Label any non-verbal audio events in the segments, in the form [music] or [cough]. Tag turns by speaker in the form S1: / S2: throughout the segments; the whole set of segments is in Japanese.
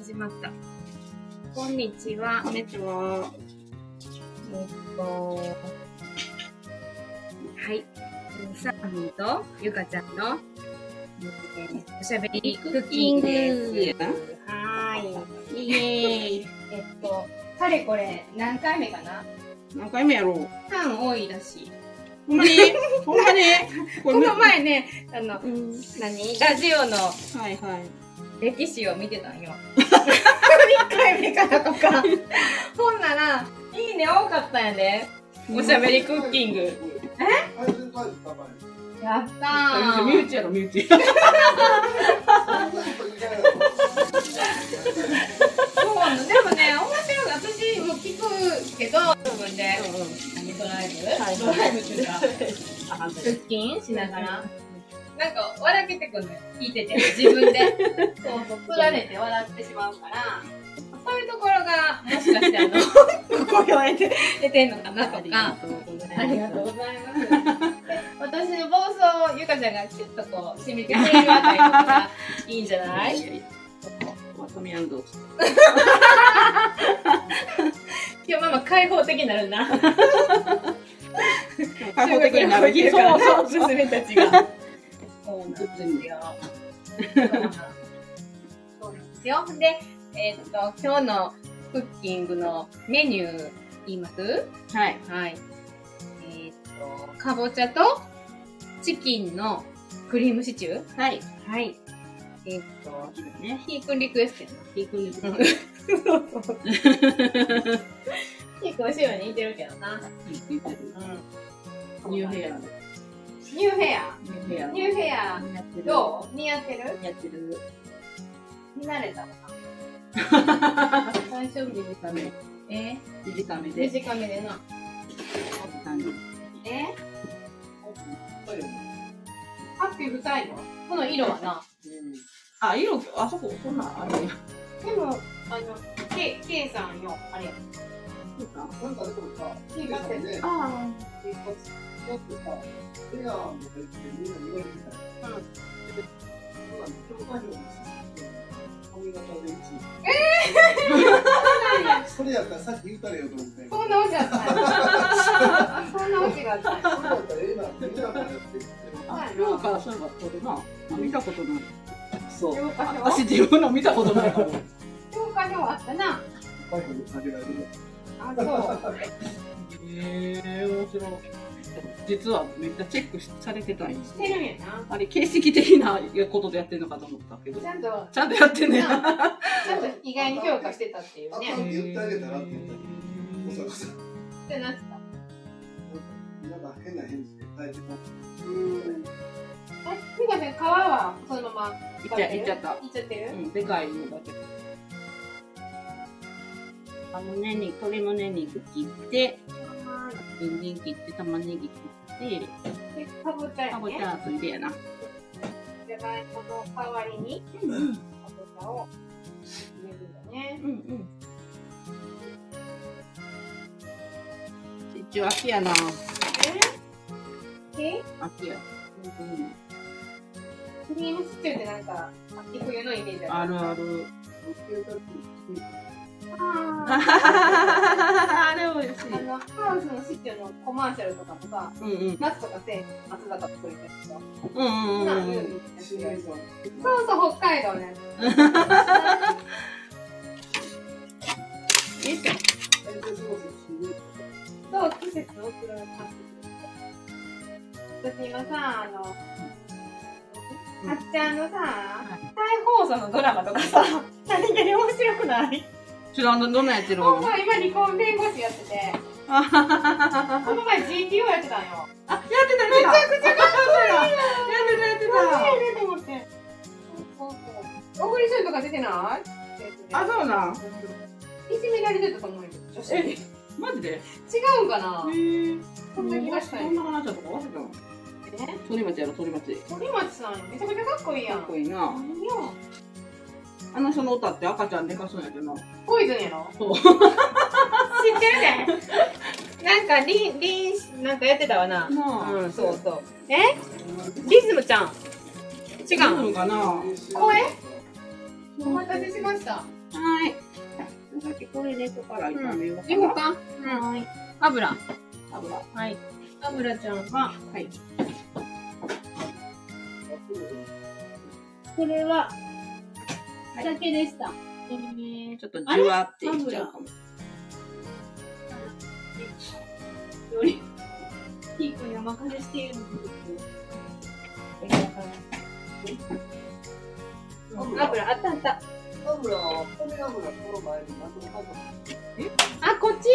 S1: 始まった。こんにちは。
S2: こんにちは。
S1: えっと、はい。サーミーとゆかちゃんの、えーおしゃべりクッキングです。はーい。イエーイ。えっと、かれこれ何回目かな
S2: 何回目やろう
S1: ターン多いらしい。
S2: ほんまにほんまにこ
S1: こ
S2: れ
S1: の前ね、あの、
S2: うん。
S1: 何ラジオの
S2: はいはい。
S1: 歴史を見てたんよ。1回目からとか。ほんなら、いいね多かったんやで。おしゃべりクッキング。
S3: え
S1: やった
S2: あミュー
S1: ー。
S2: チやろ、ミューチ。
S1: そうなのでもね、面白い。私も聞くけど、自分で。何ドライブ、
S2: はい
S1: ドライブっていうか、
S2: あ反
S1: 腹
S2: 対
S1: 筋しながら。なんか笑けてくんのよ。聞いてて、自分で。そうそう、釣られて笑ってしまうから。そういうところが、もしかしてあの、ご評得て出てんのかなとか。ありがとうございます。私の暴走をゆかちゃんがキュッとこう、締めてくれるあたりとかがいいんじゃな
S2: はいい。まとめやんぞ。
S1: 今日ママ開放的になるな。
S2: 開放的になる日からね。
S1: そうそう、娘たちが。そうなん
S2: ですよ。
S1: そうなんですよ。で、えーっと、今日のクッキングのメニュー言います
S2: はい。
S1: はい。えーっと、かぼちゃとチキンのクリームシチュー
S2: はい。
S1: はい。えーっと、
S2: ね。
S1: ひーくんリクエストやな。
S2: ピークに。
S1: うんそうそう。結構後ろに似てるけどな。
S2: ニューヘア。
S1: ニューヘア。
S2: ニューヘア
S1: ニューヘア。
S2: やってる。
S1: どう似合ってる
S2: うやってる。
S1: 見慣れたかな最初短め。え
S2: 短めで。
S1: 短めでな。えハッピー二重のこの色はな。
S2: あ、色、あそこ、そんなんあれや。
S1: でも、あの、K、K さんよ。あれや。
S2: あ
S3: それやったらさっき言うたらよと思って。
S1: そんなオチだったんやそんなオチがあったんや
S3: それやったらええな、見たらやって。
S2: あ。今日からそういえば、これな。あ見たことない。そう。
S1: 教科書
S2: 私自分の見たことないから。
S1: 教科書あったな。
S3: バイクにかけられる。
S1: あ、そう。
S2: へえー、面白い。実はめっちゃチェックされてたんです
S1: してるんやな。
S2: あれ、形式的なことでやってるのかと思ったけど
S1: ち。ゃんと、
S2: ちゃんとやってんね
S1: な
S2: や。
S1: ちゃんと意外に評価してたっていう
S3: あ
S1: ね。
S3: んて言ってあげたらって言ったらおそらくさ
S1: ってなってた。
S3: なんか変な返事で耐えてこ
S1: うん。え、てかね、皮はそのまま
S2: いっちゃいっちゃった。
S1: いっちゃってる
S2: う。ん、でかいのだけ。あ胸に、鶏胸肉切って、
S1: は
S2: 人参切って、玉ねぎ切って、
S1: ーい。で、かぼちゃや
S2: かぼち
S1: ね。
S2: ゃと入れやな。
S1: じゃがいもの代わりに、
S2: うんうん。
S1: かぼちゃを入れるんだね。
S2: うんうん。一応秋やな。
S1: えで、
S2: 秋や。うん。
S1: クリームシチューってなんか、秋冬のイメージ
S2: あ
S1: る。
S2: るある。 [laughs]
S1: あ
S2: あれ美味し
S1: ーあの、ハウスのシチューのコマーシャルとかもさ、
S2: うんうん。
S1: 夏とかせ、夏だと作れてるけど。
S2: うんうん
S1: う
S2: うんうん。
S1: ん
S3: う。しないぞ。
S1: そうそう、北海道のやつ。
S2: えっと
S1: そう、季節の移ろいを感じる。私今さ、あの、
S2: うん
S1: あっちゃんのさ、再放送のドラマとかさ、何気に面白くない
S2: 知らんど、どんなんやってる
S1: ほん
S2: の
S1: ま今離婚弁護士やってて、
S2: あはははは
S1: この前 GTO やってたんよ。
S2: あ、やってたやってた。めちゃくちゃかっこいいやってたやって
S1: 面白いねと思って。そうそうそう。小栗旬とか出てない
S2: た。あ、そうなん。
S1: いじめられてたと思うよ、女子に。違
S2: マジで。へ
S1: うんかな
S2: え。
S1: そんな気がした
S2: こ
S1: よ
S2: ん。な話だとか忘れたの。
S1: え
S2: 鳥町やろ、鳥町。
S1: 鳥町さん、めちゃくちゃかっこいいや
S2: か
S1: ん。
S2: っこいいな。
S1: 何よ
S2: あの人の歌って赤ちゃんでかそうやけどな。
S1: ポイズンやろ
S2: そう
S1: 知ってるねなんかリンリンなんかやってたわな
S2: なあ
S1: うんそうそうえリズムちゃん違う
S2: のかな。
S1: 声お待たせしました。
S2: はい。さっきこれでここから炒めようか
S1: いこう
S2: な。
S1: か。うん。
S2: はい。
S1: 油。
S2: 油。は
S1: はい。油ちゃんが、
S2: い。
S1: これは、
S2: はい
S1: 酒でした。え
S2: ちょっとじゅわっていっちゃうかも。
S1: ー、より、ピークに甘かれしているの
S3: 油
S1: 油、あったあった。
S3: 油は米油この前に何でもかんでも
S1: あ、こっち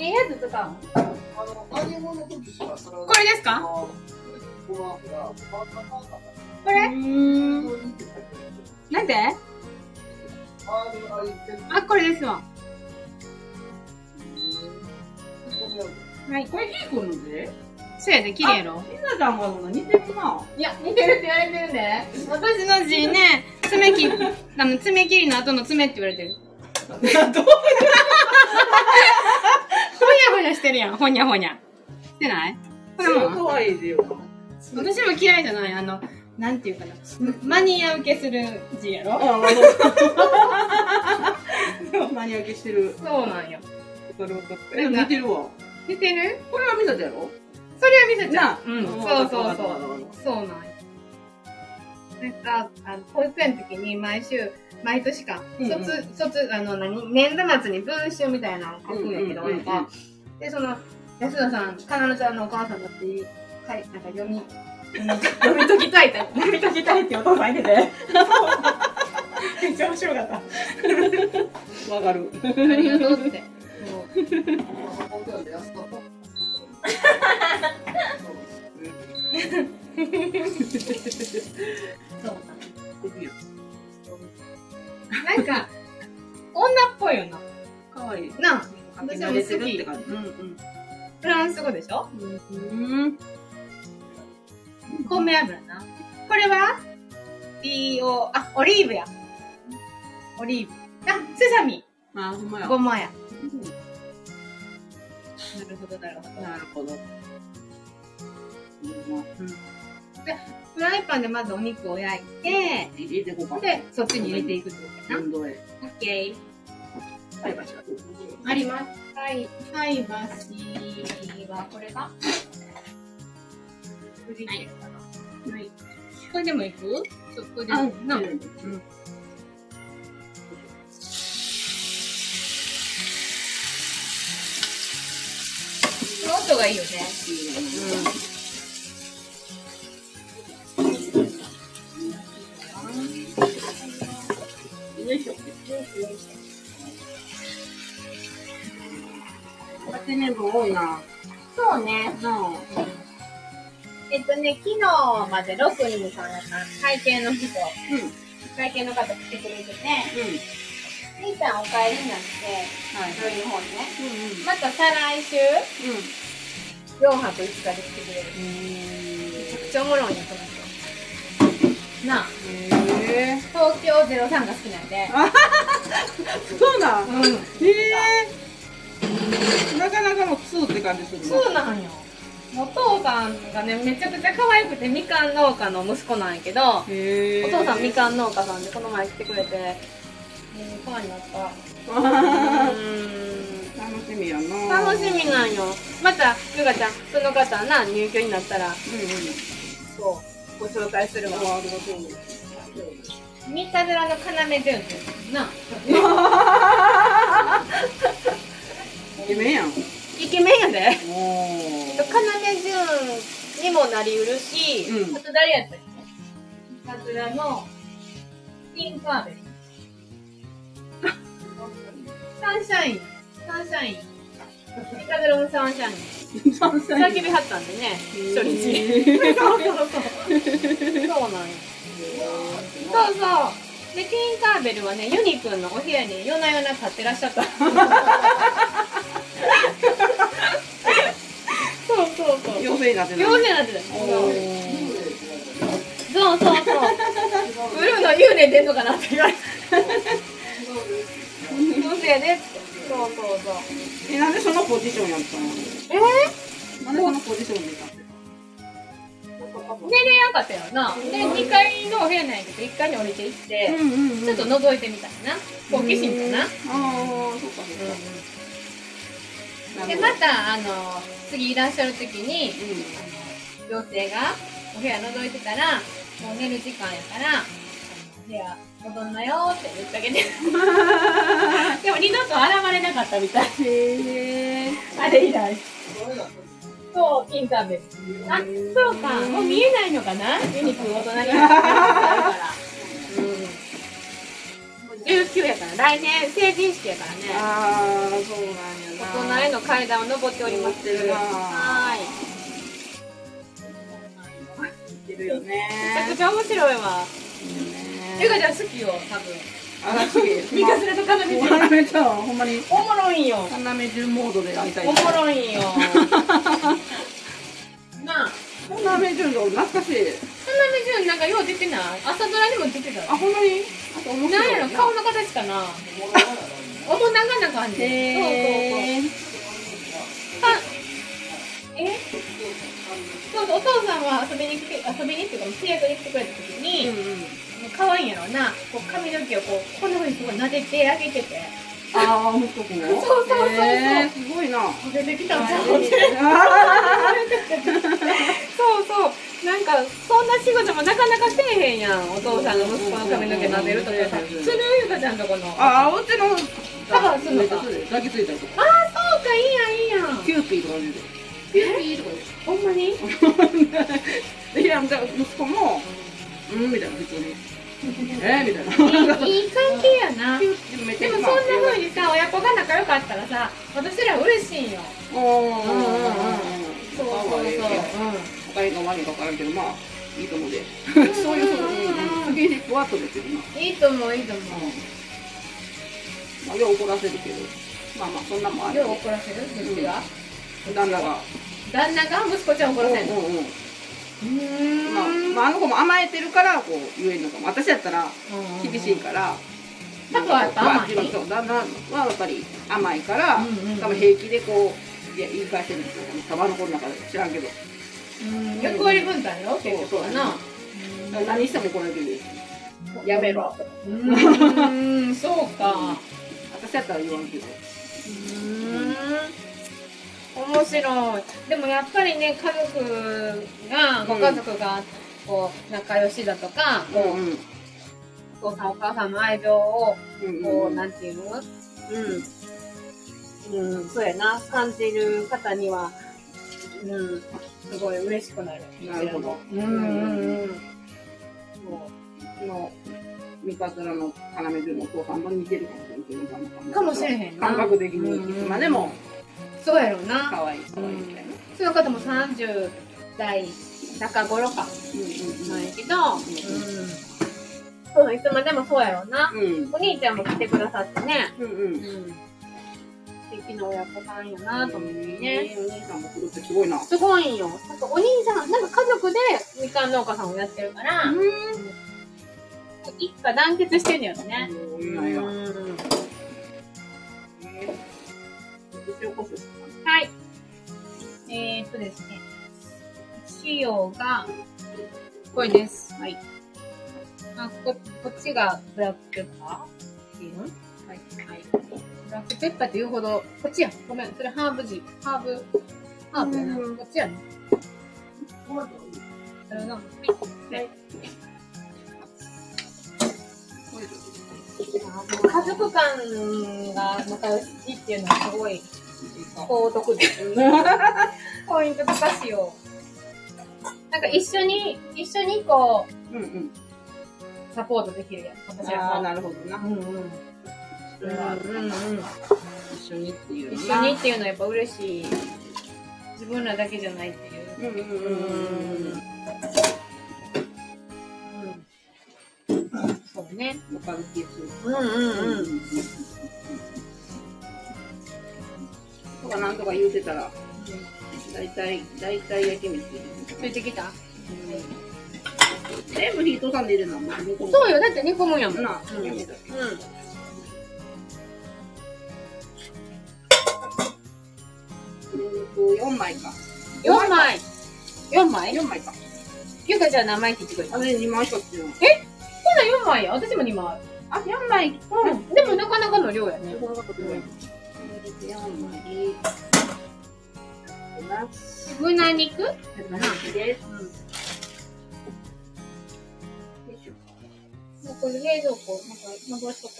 S1: ええやつとか。
S3: あの揚げ物の時しかそれは
S1: これです
S3: あ
S1: か
S3: のごま油パンパンパンパン
S1: これ
S2: うーん。
S1: なんで
S3: あれあれ全部
S1: あ、これですわ。
S3: 米油
S1: はい。
S2: これひーくんで
S1: そうやで、綺麗やろ。
S2: ひなちゃんが似てるな。
S1: いや、似てるって言われてるんで。私の字ね、爪切り、 [laughs] あの、爪切りの後の爪って言われて [laughs] る。
S2: どう
S1: ほにゃほにゃしてるやん、ほにゃほにゃ。してないこれもん
S2: 可愛いでよ。
S1: 私も嫌いじゃない、あの、なんていうかな。マニア受けする字やろ
S2: ああ、マニアけしてる。
S1: そうなんよ。
S2: それを取って。でも似てるわ。
S1: 似てる
S2: これはみなちゃんやろ
S1: それはみさちゃ。
S2: なん
S1: うん、そうそうそう。そうなんよ。なんか、あの、保育園の時に毎週、毎年か、
S2: うんうん
S1: 卒、卒、あの、何、年度末に文集みたいなのを書くんやけど、
S2: うんうんうんうん
S1: なんかで、その、安田さん、かなのちゃんのお母さんだって、はい、なんか読み、読み解きたいって、
S2: 飲みかけたいってお父さん言ってて。めっちゃ面白かった。わかる。
S1: ありがとうって。そう
S3: 本当は安かったそうですね
S1: そうなんか、女っぽいよな。
S2: かわいい。
S1: なあ
S2: 私も好きって感じ。うん
S1: フランス語でしょ
S2: うん。うん。
S1: 米油な。これはリオ、あ、オリーブや。オリーブ。あ、セサミ。
S2: あ、ほんまや。
S1: ごまや。
S2: うん
S1: なるほど、なるほ
S2: なるほど。
S1: フライパンでまずお肉を焼いて、
S2: 入れてこうか。
S1: で、そっちに入れていくってことやな。
S2: 運動へ。
S1: オッケ
S2: はい、バシバシ
S1: ー。あります。はい、菜箸はこれかはい。はい。これでもいくそこで。な
S2: うん。
S1: その音がいいよね。
S2: よいしょ。縦粘分多いな。
S1: そうね。
S2: なあ。
S1: えっとね、昨日まで6人さんやった会計の人、
S2: うん。うん。
S1: 会計の方来てくれてて、みーちゃんお帰りになって、
S2: はい。
S1: そういう方にね。
S2: うんうん。
S1: また再来週、
S2: う
S1: 4
S2: ん。
S1: 泊5日で来てくれる。めちゃくちゃおもろいね、この人。なあ、
S2: へえ。
S1: 東京03が好きなんで。
S2: そうなん。
S1: うん。
S2: へえ。なかなかのツーって感じするな。
S1: そうなんよ。お父さんがね、めちゃくちゃ可愛くて、みかん農家の息子なんやけど、
S2: へえ。
S1: お父さんみ
S2: ん。
S1: かん農家さんでこの前来てくれて、うん、ファンになった。うん
S2: 楽しみやな。
S1: 楽しみ
S2: うんうん。
S1: なんよ。また、ゆかちゃん、その方な、入居になったら、そう、ご紹介するわ。
S2: あありがとう。
S1: 三田寺の要潤君。な、
S2: イケメンやん。
S1: [laughs] イケメンやで。
S2: お
S1: 要潤にもなりうるし、
S2: うん
S1: あと誰やったっけ三田寺の、ピンカーベル。サンシャイン。サンシャイン。三田寺のサンシャイン。
S2: お。
S1: 叫びはったんでね、初
S2: [laughs]
S1: 日。
S2: 日。
S1: そうなんよ。そうそう。で、ティンカーベルはね、ユニくんのお部屋に夜な夜な立ってらっしゃった。そうそうそう。
S2: 妖精になってない。
S1: 妖精なんて
S2: お
S1: そうそう
S2: ー
S1: そう。ブルーの幽霊出んのかなって言われて。妖精ねって。そうそうそう。
S2: え、なんでそのポジションやったの
S1: え
S2: なんでそのポジションでやったの
S1: ー、なんかパパ寝れなかったよな。で、2階のお部屋なんやけど、1階に降りていって、
S2: んうんうん
S1: ちょっと覗いてみたいな。好奇心かな。
S2: ああそうかそうか
S1: で、また、あの、次いらっしゃる時に、あの妖精がお部屋覗いてたら、もう寝る時間やから、あの部屋戻んなよって言ってあげ
S2: [laughs]
S1: て。でも二度と現れなかったみたい。
S2: へえあれ以来
S1: そう、金山です。あ、そうか。もう見えないのかなユニくん大人になってるから。うん。19やから、来年成人式やからね。
S2: ああそう
S1: 大
S2: な
S1: 人
S2: んや
S1: への階段を登っております。
S2: 登ってるな
S1: はーい。
S2: ってるよね
S1: めちゃくちゃ面白いわ。ゆかちゃん好きよ、多分。
S2: あらしい
S1: ミカスレとカナミ
S2: お花めちゃほんまに
S1: おもろいんよ。
S2: 花めじゅモードで会いたい
S1: おもろいんよ。なあ、
S2: 花めじゅん懐かしい
S1: カナミジュンなんかよう出てない朝ドラにも出てたよ
S2: あ。ほんまにあと面白
S1: なん
S2: い
S1: やろ、顔の形かな。おも長な感じ。そうそうそう。
S2: へえ
S1: あえそうそう、お父さんは遊びに来て、遊びにっていうか、契約に来てくれた時に、可愛いんやろな、こう髪の毛をこう、こんな風にすごい撫でてあげてて、
S2: ああもっとこう
S1: そうそうそうそう
S2: へーすごいな
S1: 食べてきたんちゃう
S2: 可愛いね
S1: そうそう、なんか、そんな仕事もなかなかせえへんやん、お父さんが息子の髪の毛撫でるとかさ、
S2: うんうんうん
S1: それをゆかちゃんとこの、あ、
S2: ああうちの
S1: カバーするのか
S2: 抱きついたりと
S1: そ
S2: か
S1: うか、いいやん、いいやん。
S2: キューピーとか言うて
S1: ピュピーとかほんまに
S2: で、ひらみたいな息子も、うん、みたいな、普通に。えー、みたいな。
S1: いい関係やな。
S2: めっち
S1: で
S2: ゃ
S1: もそんな風にさ、親子が仲良かったらさ、私ら嬉しいんよ。
S2: おー、
S1: うんうんうん
S2: そうそうそう。お金が悪いか分からんけど、まあ、いいと思うで。そういうふうに、うん、先にふわっと出てるな。
S1: うん。いいと思う、いいと思
S2: まあ、よう怒らせるけど、まあまあ、そんなんもあ
S1: う。
S2: る
S1: よう怒らせるどっちが
S2: 旦那が。
S1: 旦那が息子ちゃん怒らせるの。
S2: うんうんうん
S1: うーん。
S2: まあ、まあ、あの子も甘えてるから、こう、言えんのかも。私やったら、厳しいから。
S1: パパはやっぱ甘い
S2: まあそう旦那はやっぱり甘いから、
S1: うんうんうん
S2: 多分平気でこういや言い返してるんですよタバの子の中で知らんけど
S1: うん。役割分担よ、結局はな。
S2: 何しても怒られるです
S1: やめろ。うーん、そうか。
S2: 私やったら言わんけど
S1: うーん面白いでもやっぱりね家族がご家族がこう仲良しだとか、こ
S2: うん
S1: うお父さんお母さんの愛情を
S2: うん
S1: こう、
S2: うん
S1: なんていうのうん、うん、そうやな感じる方にはうんすごい嬉しくなる
S2: なるほど
S1: うんうんうんそ
S2: この三笠寺の要潤のお父さんも似てるかもしれん
S1: うかもしれへ
S2: けど旦那さん
S1: んな
S2: 感覚的に
S1: うん
S2: いつまでも
S1: そうやろうな
S2: 可愛い可愛いみたいな
S1: その方も30代中頃か
S2: うん
S1: な
S2: うんん
S1: やけど、うん、そういつまでもそうやろうな
S2: うんうん
S1: お兄ちゃんも来てくださってね、
S2: うんうん
S1: ん、素敵な親子さんやなと思ってね、
S2: お兄さんも来るってすごいな
S1: すごいんよなんかお兄さんなんか家族でみかん農家さんをやってるから、一家団結してんだよね、
S2: う
S1: うん
S2: なんや口をこす
S1: はいえー、っとですね塩がこれですはいあここっちがブラックペッパーっていうのはい、はい、ブラックペッパーっていうほどこっちやごめんそれハーブジハーブハーブやな
S2: うん
S1: こっちやねそれのはいで家族間が仲良しっていうのはすごい高得点ポイント高しよ。なんか一緒に、一緒にこ
S2: うんうん。
S1: う、サポートできるやん。私
S2: ああ、
S1: は。
S2: なるほどな。
S1: うんうん。うんうんうん。
S2: 一緒にっていう
S1: 一緒にっていうのはやっぱ嬉しい。自分らだけじゃないっていう。
S2: うんうんうんうん。
S1: うん。そうね。
S2: おかず系する。
S1: うんうんうん。
S2: とかなんとか言うてたら、だいたい、だいたい焼き飯。
S1: ついてきた
S2: 全部火通さんで入れるのもう
S1: そうよ。だって煮込むやもん。うん。
S2: な、
S1: うん
S2: うんと、4枚か。
S1: 4枚。4枚
S2: 4枚か。
S1: ゆうかじゃあ何枚切ってくれた
S2: あれ2枚しか切ってない。
S1: ほな4枚や。私も2枚。
S2: あ、4枚切って
S1: う
S2: ない。
S1: ん。でもなかなかの量やね。
S2: このことで。4枚切ってます。
S1: 胸肉
S2: です。
S1: もうこれ冷蔵庫、なんか戻しとこ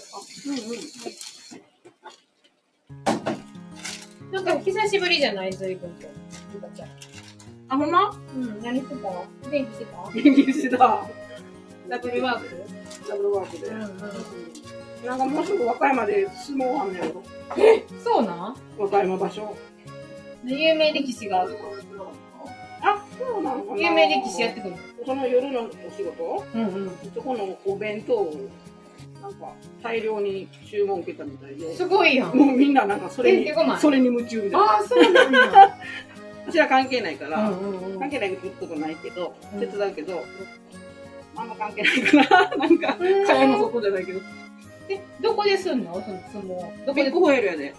S2: うんうん。
S1: うか。なんか久しぶりじゃない随分と。ゆうかちゃん。
S2: あ、ほんま
S1: うん。何してた電気してた
S2: 元気してた。
S1: ダブルワーク
S2: ダブルワークで。
S1: ん
S2: なんかもうすぐ和歌山で相撲あんねやろ。
S1: うん。そうなん
S2: 和歌山場所。
S1: 有名力士が、
S2: あ、そうなのかな
S1: 有名力士やってくる。
S2: その夜のお仕事
S1: うんうん。
S2: そこのお弁当を、なんか大量に注文受けたみたいで。
S1: すごいやん。
S2: もうみんななんかそれに
S1: 25枚、
S2: それに夢中みたいな。
S1: ああ、そうなんだ。
S2: うちは関係ないから、
S1: うんうん
S2: 関係ないこととないけど、
S1: うん
S2: 手伝うけど、あんま関係ないから、なんか、
S1: うん
S2: 蚊帳の外じゃないけど。
S1: え、どこですんのその相撲。どこ
S2: ビ
S1: で
S2: ッグホエールやで。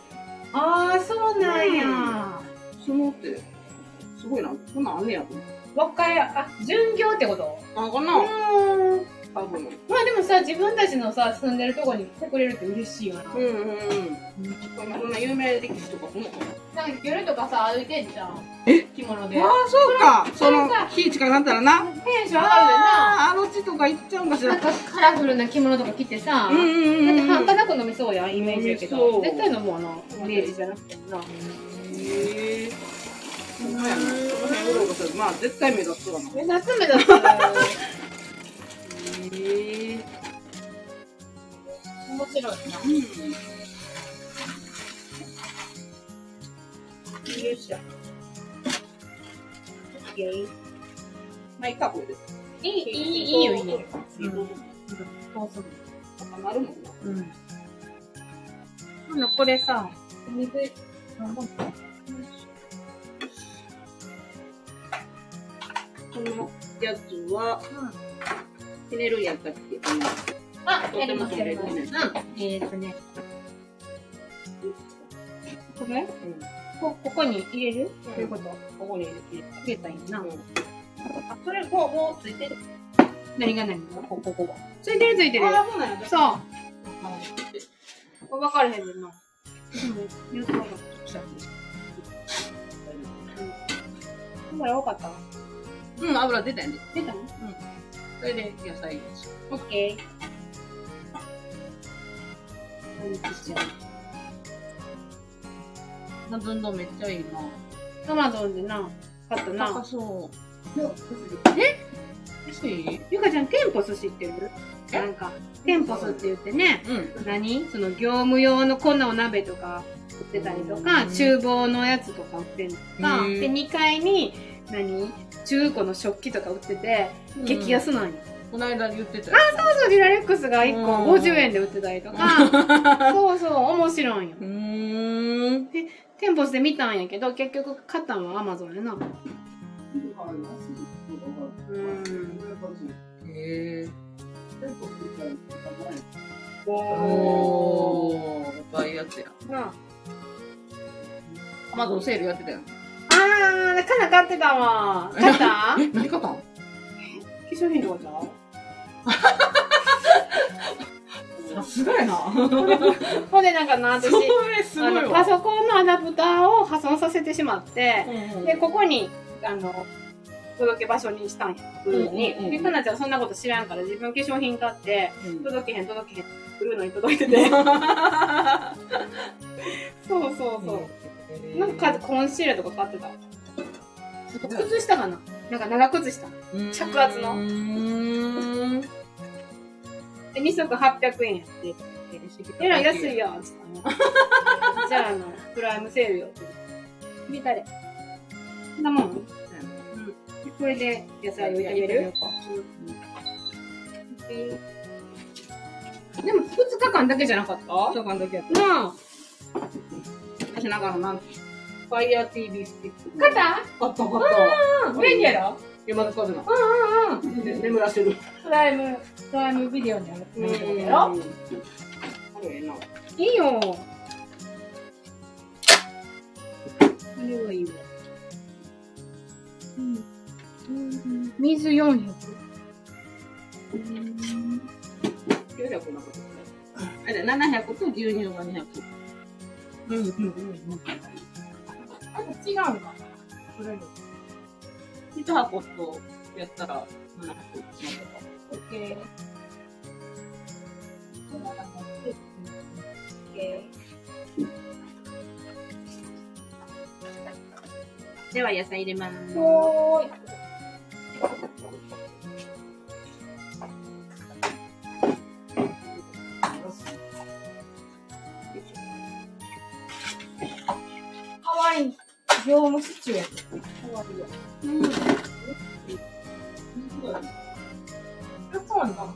S1: ああ、そうなんや。
S2: 相撲って、すごいな。そんなんあんねやと思って。
S1: 若い、あ、巡業ってこと
S2: あ、か
S1: う
S2: な
S1: ーん。
S2: 多分。
S1: まあでもさ、自分たちのさ、住んでるとこに来てくれるって嬉しいよな。
S2: うんうんうん。そんな有名力士とかも。
S1: なんか夜とかさ、歩いてんじゃん。
S2: え
S1: 着物で。
S2: ああ、そうか。その
S1: それさ、
S2: 火近くなったらな。
S1: テンション上がるでな。
S2: あーあの地とか行っちゃうんかし
S1: なん
S2: ら。
S1: かカラフルな着物とか着てさ、
S2: うんう
S1: だ
S2: んうん
S1: っ
S2: う
S1: て
S2: ん。
S1: 半端なく飲みそうやん、イメージやけ
S2: 飲みそ
S1: ど。
S2: う
S1: 絶対飲むわな、イメージじゃなくてもな。
S2: へえ。そんなやなその辺うろうろする。まあ、絶対目立つわな。
S1: え、夏目だったら、
S2: へえ。
S1: 面白いな。
S2: うん。
S1: よいしょ。い
S2: まあ、いいか、これです。
S1: い、いい、いいよ、いいよ。
S2: うん。なるもんな。
S1: うん。ほな、これさ、お水、何本
S2: このやつは、ひねるんやったっけあの
S1: あ、や
S2: やり
S1: り
S2: ま
S1: ますす、
S2: や
S1: や
S2: り
S1: り
S2: ま
S1: ますす。うん。えっとね、これこ、ここに入れる
S2: う
S1: ど
S2: ん
S1: ういうこと
S2: ここに入れて。
S1: 入れたらいいな。
S2: う
S1: あ、それ、こう、もうついてる。何が何がここ、ここ。ついてる、ついて
S2: ん
S1: る。
S2: ああ、そうなんや。
S1: そう。分かれへんねんな。でも、言うとこ来た。ほら、分かった
S2: うん、油出たんで。
S1: 出たの
S2: それで野菜です。
S1: オッケ
S2: などんどんめっちゃいいな。
S1: ー。アマゾンでな、買った
S2: 高
S1: な。
S2: そう。え安い
S1: ゆかちゃん、店舗寿司って言う
S2: え
S1: なんか、店舗寿司って言ってね、
S2: うん。
S1: 何その業務用のこんなお鍋とか売ってたりとか、
S2: うん
S1: 厨房のやつとか売ってんとか、
S2: うん
S1: で、2階に、何中古の食器とか売ってて、激安なんよ。
S2: この間言ってたよ。
S1: そうそう、リラレックスが1個
S2: うん
S1: 50円で売ってたりと
S2: [laughs]
S1: か、そうそう、面白いんよ
S2: う。ーん。
S1: 店舗して見たんやけど、結局買ったのはアマゾンやな。うん。
S2: へえ。
S1: おー。
S2: おー。いっぱいやつや。
S1: なあ
S2: アマゾンセールやってた [laughs] よ。
S1: あー、かな買ってたわ。買った化
S2: え、何買ったん
S1: 粧品とかじゃん
S2: [laughs] さすがやな。そ
S1: [laughs] ほんでなんかな、私、
S2: れす
S1: あのパソコンのアダプターを破損させてしまって、で、ここに、あの、届け場所にしたんや、ブルーに。
S2: うんうんうん
S1: で、かなちゃんそんなこと知らんから、自分化粧品買って、
S2: うん
S1: 届けへん届けへん、ブルーのに届いて
S2: [laughs]
S1: て。そうそうそう。なんかコンシーラーとか買ってた。靴下かななんか長靴下。着圧の
S2: うーん。
S1: で、2足800円やって。えらい安いよ、つ [laughs] ったの。じゃあ、あの、プライムセールよって。見たれ。そんなもんこれで野菜を炒める。でも、2日間だけじゃなかったな
S2: そうかんだけやった
S1: あ。
S2: 私なんかなんファイヤー TV スティック。
S1: 買った
S2: 買った買った。
S1: うん、便利やろ
S2: いや、まだ使ってない。
S1: うんうんうん。
S2: 眠らせる。
S1: プライム、プライムビデオにあるってことや
S2: う
S1: ろ
S2: んあれええな。
S1: いいよ。これはいいわ。うん。
S4: 水400。
S2: 900なかったあれ700と牛乳が200
S1: うんうんうんうん。あと違うんかな。それに。
S2: 一箱とやったら700
S1: オッケー。
S2: では野菜入れます
S1: おーい。かわいい。業務シチューや。かわいいよ。あ、そうなんだ。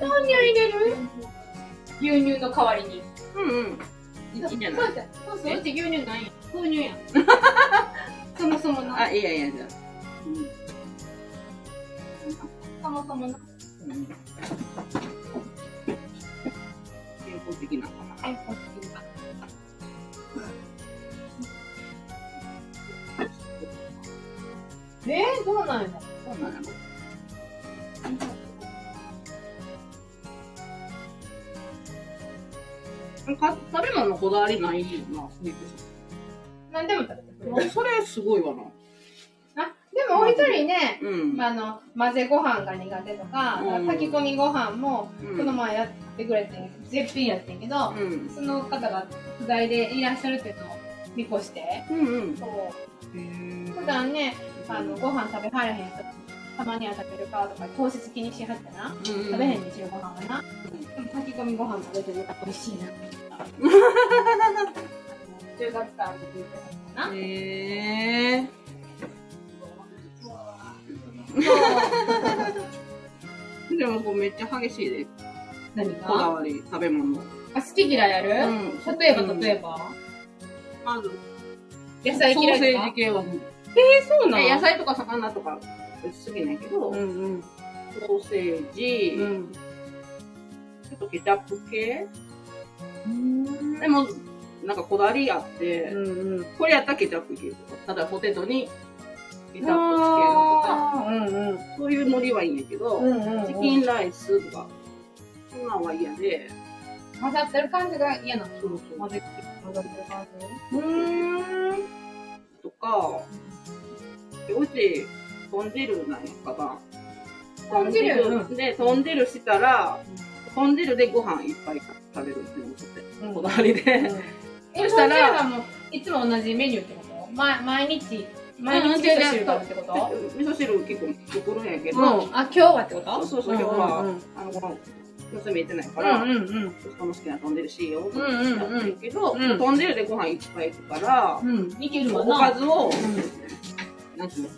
S1: 豆乳入れる牛乳の代わりに。
S2: うんうんいいじゃない
S1: そうじゃんそうそう、うち牛乳ないやん。豆乳やん。そもそもの。
S2: あいやいやじゃあ
S1: そもそもの。
S2: うん健康的なのかな
S1: 健康的な。えー、どうなんやろ
S2: そうなのか食べ物のこだわりないよな、スニーク
S1: 何でも食べてくれる。
S2: さん。それすごいわな。
S1: あ、でもお一人ね、
S2: うん。
S1: まあ、あの、混ぜご飯が苦手とか、
S2: うん
S1: 炊き込みご飯も、
S2: う
S1: こ
S2: ん、
S1: の前やってくれて、絶品やってんけど、
S2: うん。
S1: その方が不在でいらっしゃるっていうのを見越して、
S2: うんうん。
S1: そう。
S2: へ
S1: 普段ね、あの、ご飯食べはれへん人たまには食べるかとか糖質気にしはってな
S2: 食
S1: 食べへん。でしょご飯はな、でも炊き込みご飯食べてるから美味しいな10月からって言ってたかな
S2: へえ。でもこうめっちゃ激しいで
S1: 何
S2: こだ
S1: が
S2: わり食べ物。
S1: あ好き嫌いある、
S2: うん
S1: 例えば例えば、
S2: まず
S1: 野菜
S2: ソ
S1: 嫌
S2: ー
S1: い
S2: セ
S1: と
S2: ー
S1: か
S2: ジ系はもう
S1: そう
S2: え野
S1: 野菜
S2: 菜とか魚とか好きないけど、
S4: うんうん。
S2: ソーセージ、
S4: うん。
S2: ちょっとケチャップ系。でもなんかこだわりあって、
S4: うんうん。
S2: これやったらケチャップいけるとか、ただポテトにケチャップつけるとか、
S4: あーうんうん。
S2: そういうのりはいいんやけど、
S4: うんうんうん
S2: チキンライスとか、そんなんは嫌で、
S1: 混ざってる感じが嫌なの
S2: そうそう
S1: 混ぜ混ざってる感じ
S4: うーん。
S2: とか、でうち、豚汁なんやかな。
S1: 豚汁
S2: で、豚汁したら、豚汁でご飯いっぱい食べるっていうの
S4: うん
S2: って、こだわりで。
S1: え、そ
S2: そし
S1: した
S2: た
S1: ら、
S2: ら
S1: はもういつも同じメニューってこと、ま、毎日、毎日味噌汁があるってこと、
S2: 味噌汁結構作るんやけど、
S1: うん、あ、今日はってこ
S2: そう
S1: と
S2: そうそう、今日は、あの、この、娘いてないから、
S4: うんうん
S2: その好きな豚汁しようと
S1: うんうんうん
S2: 思ってけど、
S4: うん
S2: 豚汁でご飯いっぱいいくから、
S4: うん。
S1: いけるわ
S2: お
S1: な
S2: か。ずを、なんていう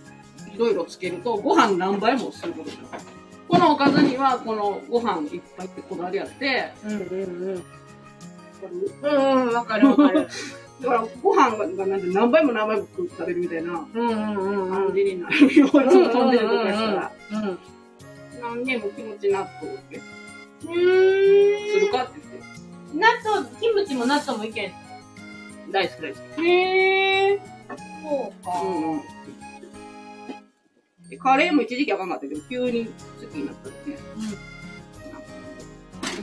S2: の、いろいろつけると、ご飯何倍もすることになる。このおかずには、このご飯いっぱいってこだわりあって、
S4: うんうんうん。うんうん、わかるわかる。
S2: [laughs] だからご飯がなんて何倍も何倍も食べるみたいな
S4: うんうんうんうん。
S2: 感じになるよ、いつも飛んでるとかしたら。
S4: うん。
S2: なんで、もう気持ち納豆って、
S1: うー
S2: するかって言って、
S1: ん。納豆、キムチも納豆もいけん。
S2: 大好き大好き。
S1: へえ。そうか。
S2: うんうんでカレーも一時期あかんかったけど、急に好きになったんですね。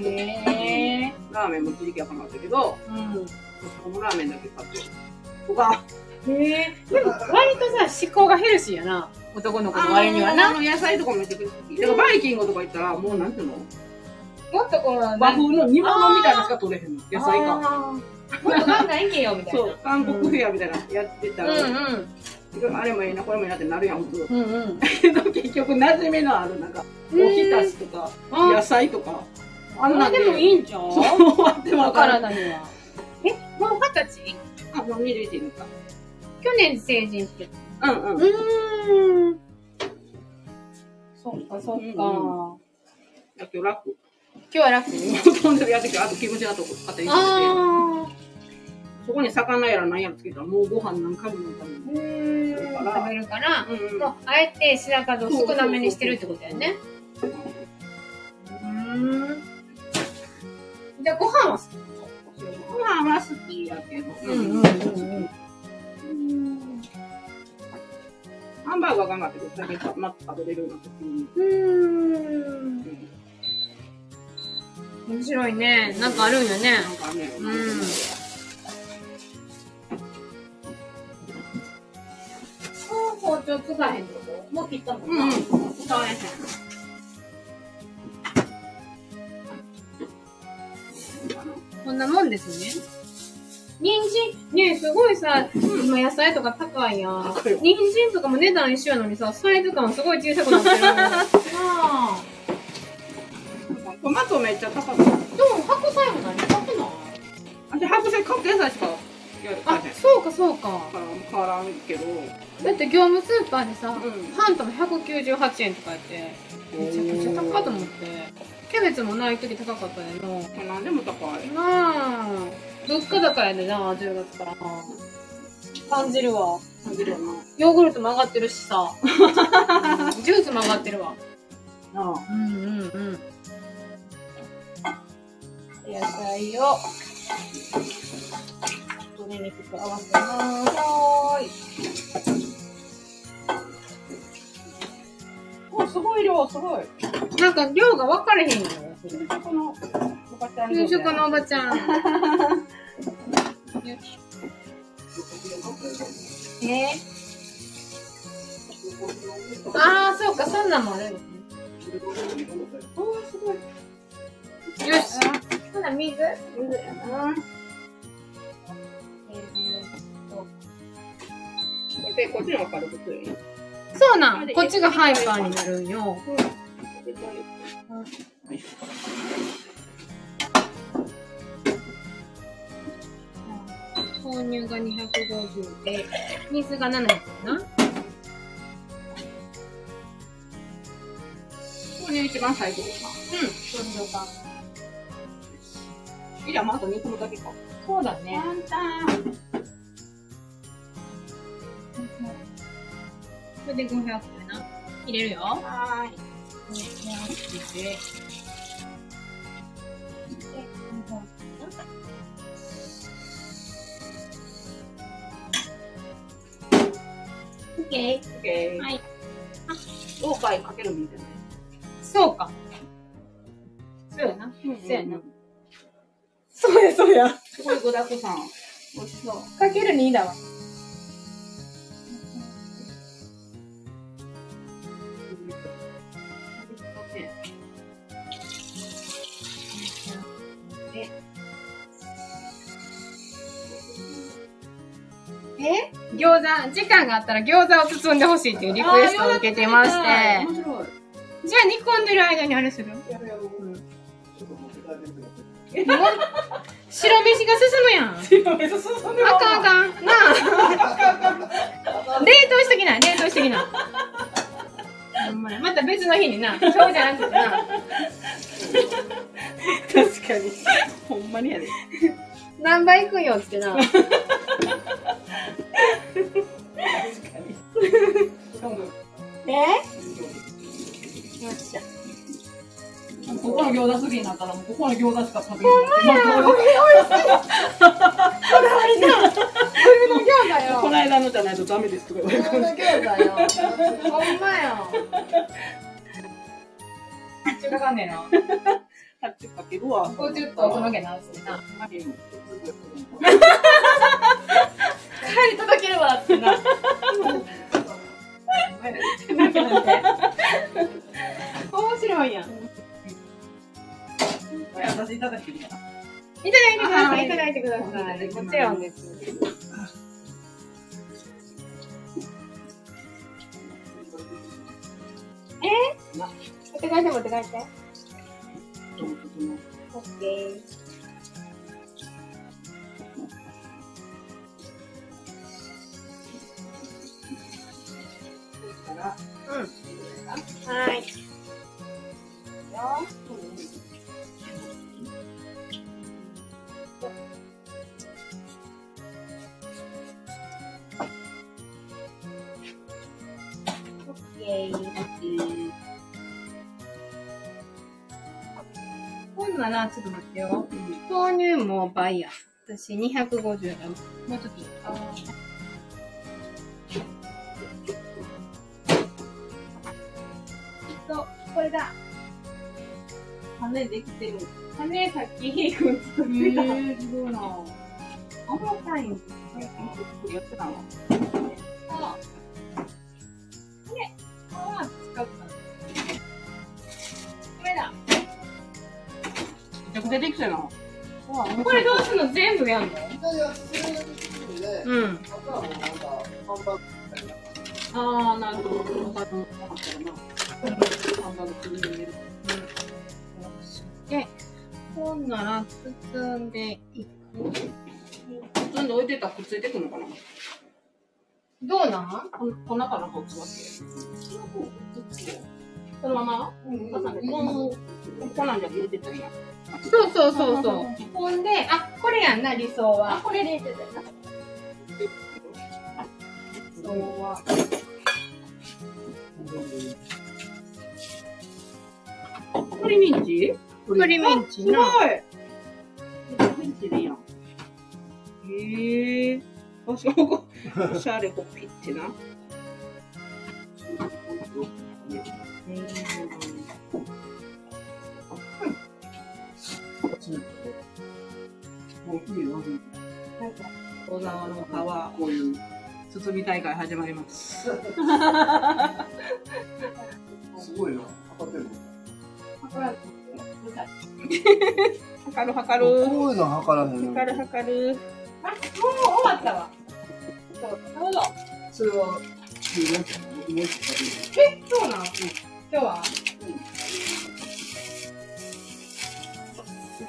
S1: へえ。
S2: ラーメンも一時期あかんかったけど、
S1: う
S2: このラーメンだけ買って、ここが、
S4: へえ。でも、割とさ、思考がヘルシーやな。男の子の割には
S2: あ
S4: な。
S2: の野菜とかもめっちゃ好き。だからバイキングとか行ったら、もうなんていうの
S1: ん。もっとこう、
S2: 和風の煮物みたいなのしか取れへんの。野菜が。
S1: が。もっとガンガンいけよ、みたいな。
S2: そう、韓国フェアみたいなのやってた
S4: う
S2: ら、
S4: ん
S2: あれもええな、これもええなってなるやん、普通。
S4: うん。うんうん。
S2: けど結局、馴染みのある、なんか、おひたしとか、野
S4: あ、
S2: 菜とか、あ
S4: あん
S2: んな
S4: なん
S2: で。
S4: でもい
S2: い。
S4: いんちゃう
S2: そう、終わってわからん。
S4: 体には。
S1: もう二十歳
S2: あ、もう21になっ
S1: 去年成人って。
S2: た。うんうん。
S4: うーん。
S1: そっか、そっか。
S2: うんうん
S1: 今
S2: だけど楽。 [laughs]
S1: 日は楽
S2: 飛んでるやつけど、あとキムチだとこ買ってきて、
S4: あ
S2: そこに魚やら何やらつけたら、もうご飯何回も食べる。
S1: うーん。食べるから。
S2: うんうん
S1: もうあえて白髪を少なめにしてるってことやね。うん。じゃあご飯は
S2: ご飯は好きやけど、
S4: うんうんうんうん。
S2: あンバーグは頑張ってどっだけかま食べれるような時に。
S1: うん。
S2: うん
S1: 面白いね。なんかあるんよね。
S2: なんかね、
S1: うん
S5: もう包丁使えへんってこともう切ったもん
S2: うん
S5: な。
S2: うん、使われへん。
S1: こんなもんですね。人参、ねえ、すごいさ、今野菜とか高いやん
S2: 高いよ。
S1: 人参とかも値段一緒やのにさ、サイズ感すごい小さくなってる。なあ。
S2: トマトめっちゃ高かった。
S1: でも白菜も何買ってない
S2: 私、白菜関係菜しかやるから
S1: あ
S2: へん。、
S1: そうかそうか。
S2: から変わらんけど。
S1: だって業務スーパーでさ、
S2: ん
S1: パンとも198円とかやって、めちゃくちゃ高いと思って。キャベツもない時高かったでの。
S2: これ何でも高い。
S1: なあ。物価高やでな、10月から。感じるわ。
S2: 感じるよな。
S1: ヨーグルトも上がってるしさ。ジュースも上がってるわ。
S2: なあ。
S1: うんうんうん。野菜を、鶏肉と合わせます。
S5: はーい。
S2: お、すごい量、すごい。
S1: なんか量が分かれへんのよ。
S2: 給食のおばちゃん
S1: 給食の
S2: お
S1: おばち
S2: [laughs]
S1: ゃん。えー、ああ、そうか、そんなんもあるよね。
S2: おすごい。
S1: よし。
S5: ほな、水
S2: うん。で、こっちの軽くついて。
S1: そうなん。こっちがハイパーになるんよ。豆乳が250で、水が700かな。
S2: これ一番最後かな。いや、まあ、あと煮込むだけか。
S5: そうだね。
S2: 簡単。
S1: これで500かな。入れるよ。
S2: は
S5: オッケー。
S2: ーい。
S5: はい。
S2: どうかいかけるみたいな。
S1: そうか。そうやな。
S2: そう
S1: やな。
S2: そうや、そうや。すごい具だくさん。美味しそう。
S1: かける2だわ。え餃子、時間があったら餃子を包んでほしいっていうリクエストを受けてまして。じゃあ
S2: 面白い。
S1: 煮込んでる間にあれする
S3: やるやる僕ちょっと持って帰ってください
S1: 白飯が進むやん。あかんあかん。なあ。冷凍しときな、冷凍しときな。ほんまやまた別の日にな、今日じゃなくてな。
S2: 確かに。ほんまにやで。
S1: 何倍いくんよっつってな。えよっしゃ。
S2: ここの餃子好きになったら、もうここの餃子しか食べない。ほんまや
S1: 冬の餃子
S2: こ
S1: よ。
S2: の間のじゃないとダメですとか言われて
S1: 冬の餃子よ。ほんまよ。ちょっとかんねえな。
S2: 買ってかけるわ。
S1: こうちょっとお届けな、つってな。
S2: あれよ
S1: 帰り届けるわ、つってな。 [laughs] なんてなんて。面白いやん。
S2: 私いただいてみたら。
S1: いただいてください。いただいてください。もちろんです。え持って帰って持って帰って。オッケー。うん。はい。ほんなら、ちょっと待ってよ。豆乳も倍や。私250だ。もうちょっと。
S6: これだ。羽できてる。羽さっきひーくん作ってた。
S2: ー、すごいな
S6: 重たいんですね。
S2: やってたの
S6: あで、これは使ったの。これだ。
S2: めちゃくちゃできてるな
S1: これどうすんの全部やんの
S3: いやいや、それだけ作るんで、
S1: うん。
S3: あとはもうなんか、ハンバーグみたいな。
S2: ああ、なるほど。ハンバーグなかったな。ハンバーグ作り入れる。
S1: で、ほんなら包んでいく。
S2: 包んで置いてたらくっついてくのかな
S1: どうなん
S2: こん粉からこうつわけ。そのまま
S3: うん
S2: 重ねてもう、粉じゃ入れてたんや。
S1: そうそうそうそう。ほんで、あ、これやんな、理想は。
S6: これでいってたよな。
S1: 理想は。
S2: 栗ミンチ
S1: 栗ミンチ
S2: すごい
S1: な。
S2: 栗ミンチでいいやん。へえ。あ、そうこ。おしゃれほっぴってな。
S3: もういいよ。
S2: 小沢の川、こういう包み大会始まります。
S3: すごいな。当たってる。
S6: これは
S2: 測る測る。
S3: ういうの測らへんの
S2: 測る測る。
S6: あ、もう終わったわ。そう、なるほど。
S3: それは、いいね。もう一個食べる。
S6: そうなの。今日は。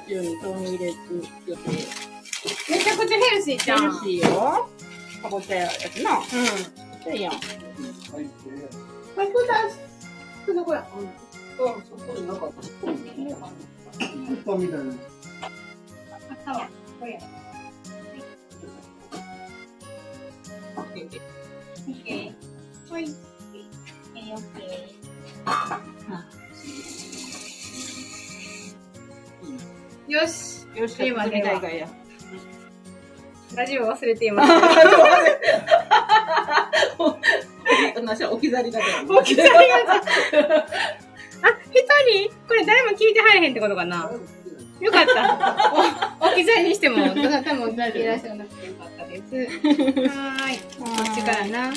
S2: 宇宙に投入入れて、予定。
S1: めちゃくちゃヘルシーじゃん。
S2: 楽しいよ。かぼちゃやつな。
S1: う
S2: そうやん。
S3: 入って、
S6: これ普段、普段これ。
S3: あ、そこになんか、パンみたいな。
S6: あったわ。これや。オッケー。はい。えー、オッケー。
S1: ん。よし。
S2: よし、今みたいがや。
S1: ラジオ忘れています。
S2: 私は置き去りだけど。
S1: もう来たありがとう。あ、一人これ誰も聞いてはれへんってことかなよかった。お置き去りにしても、どなたもいらっしゃらなくてよかったです。はーい。こっちからな。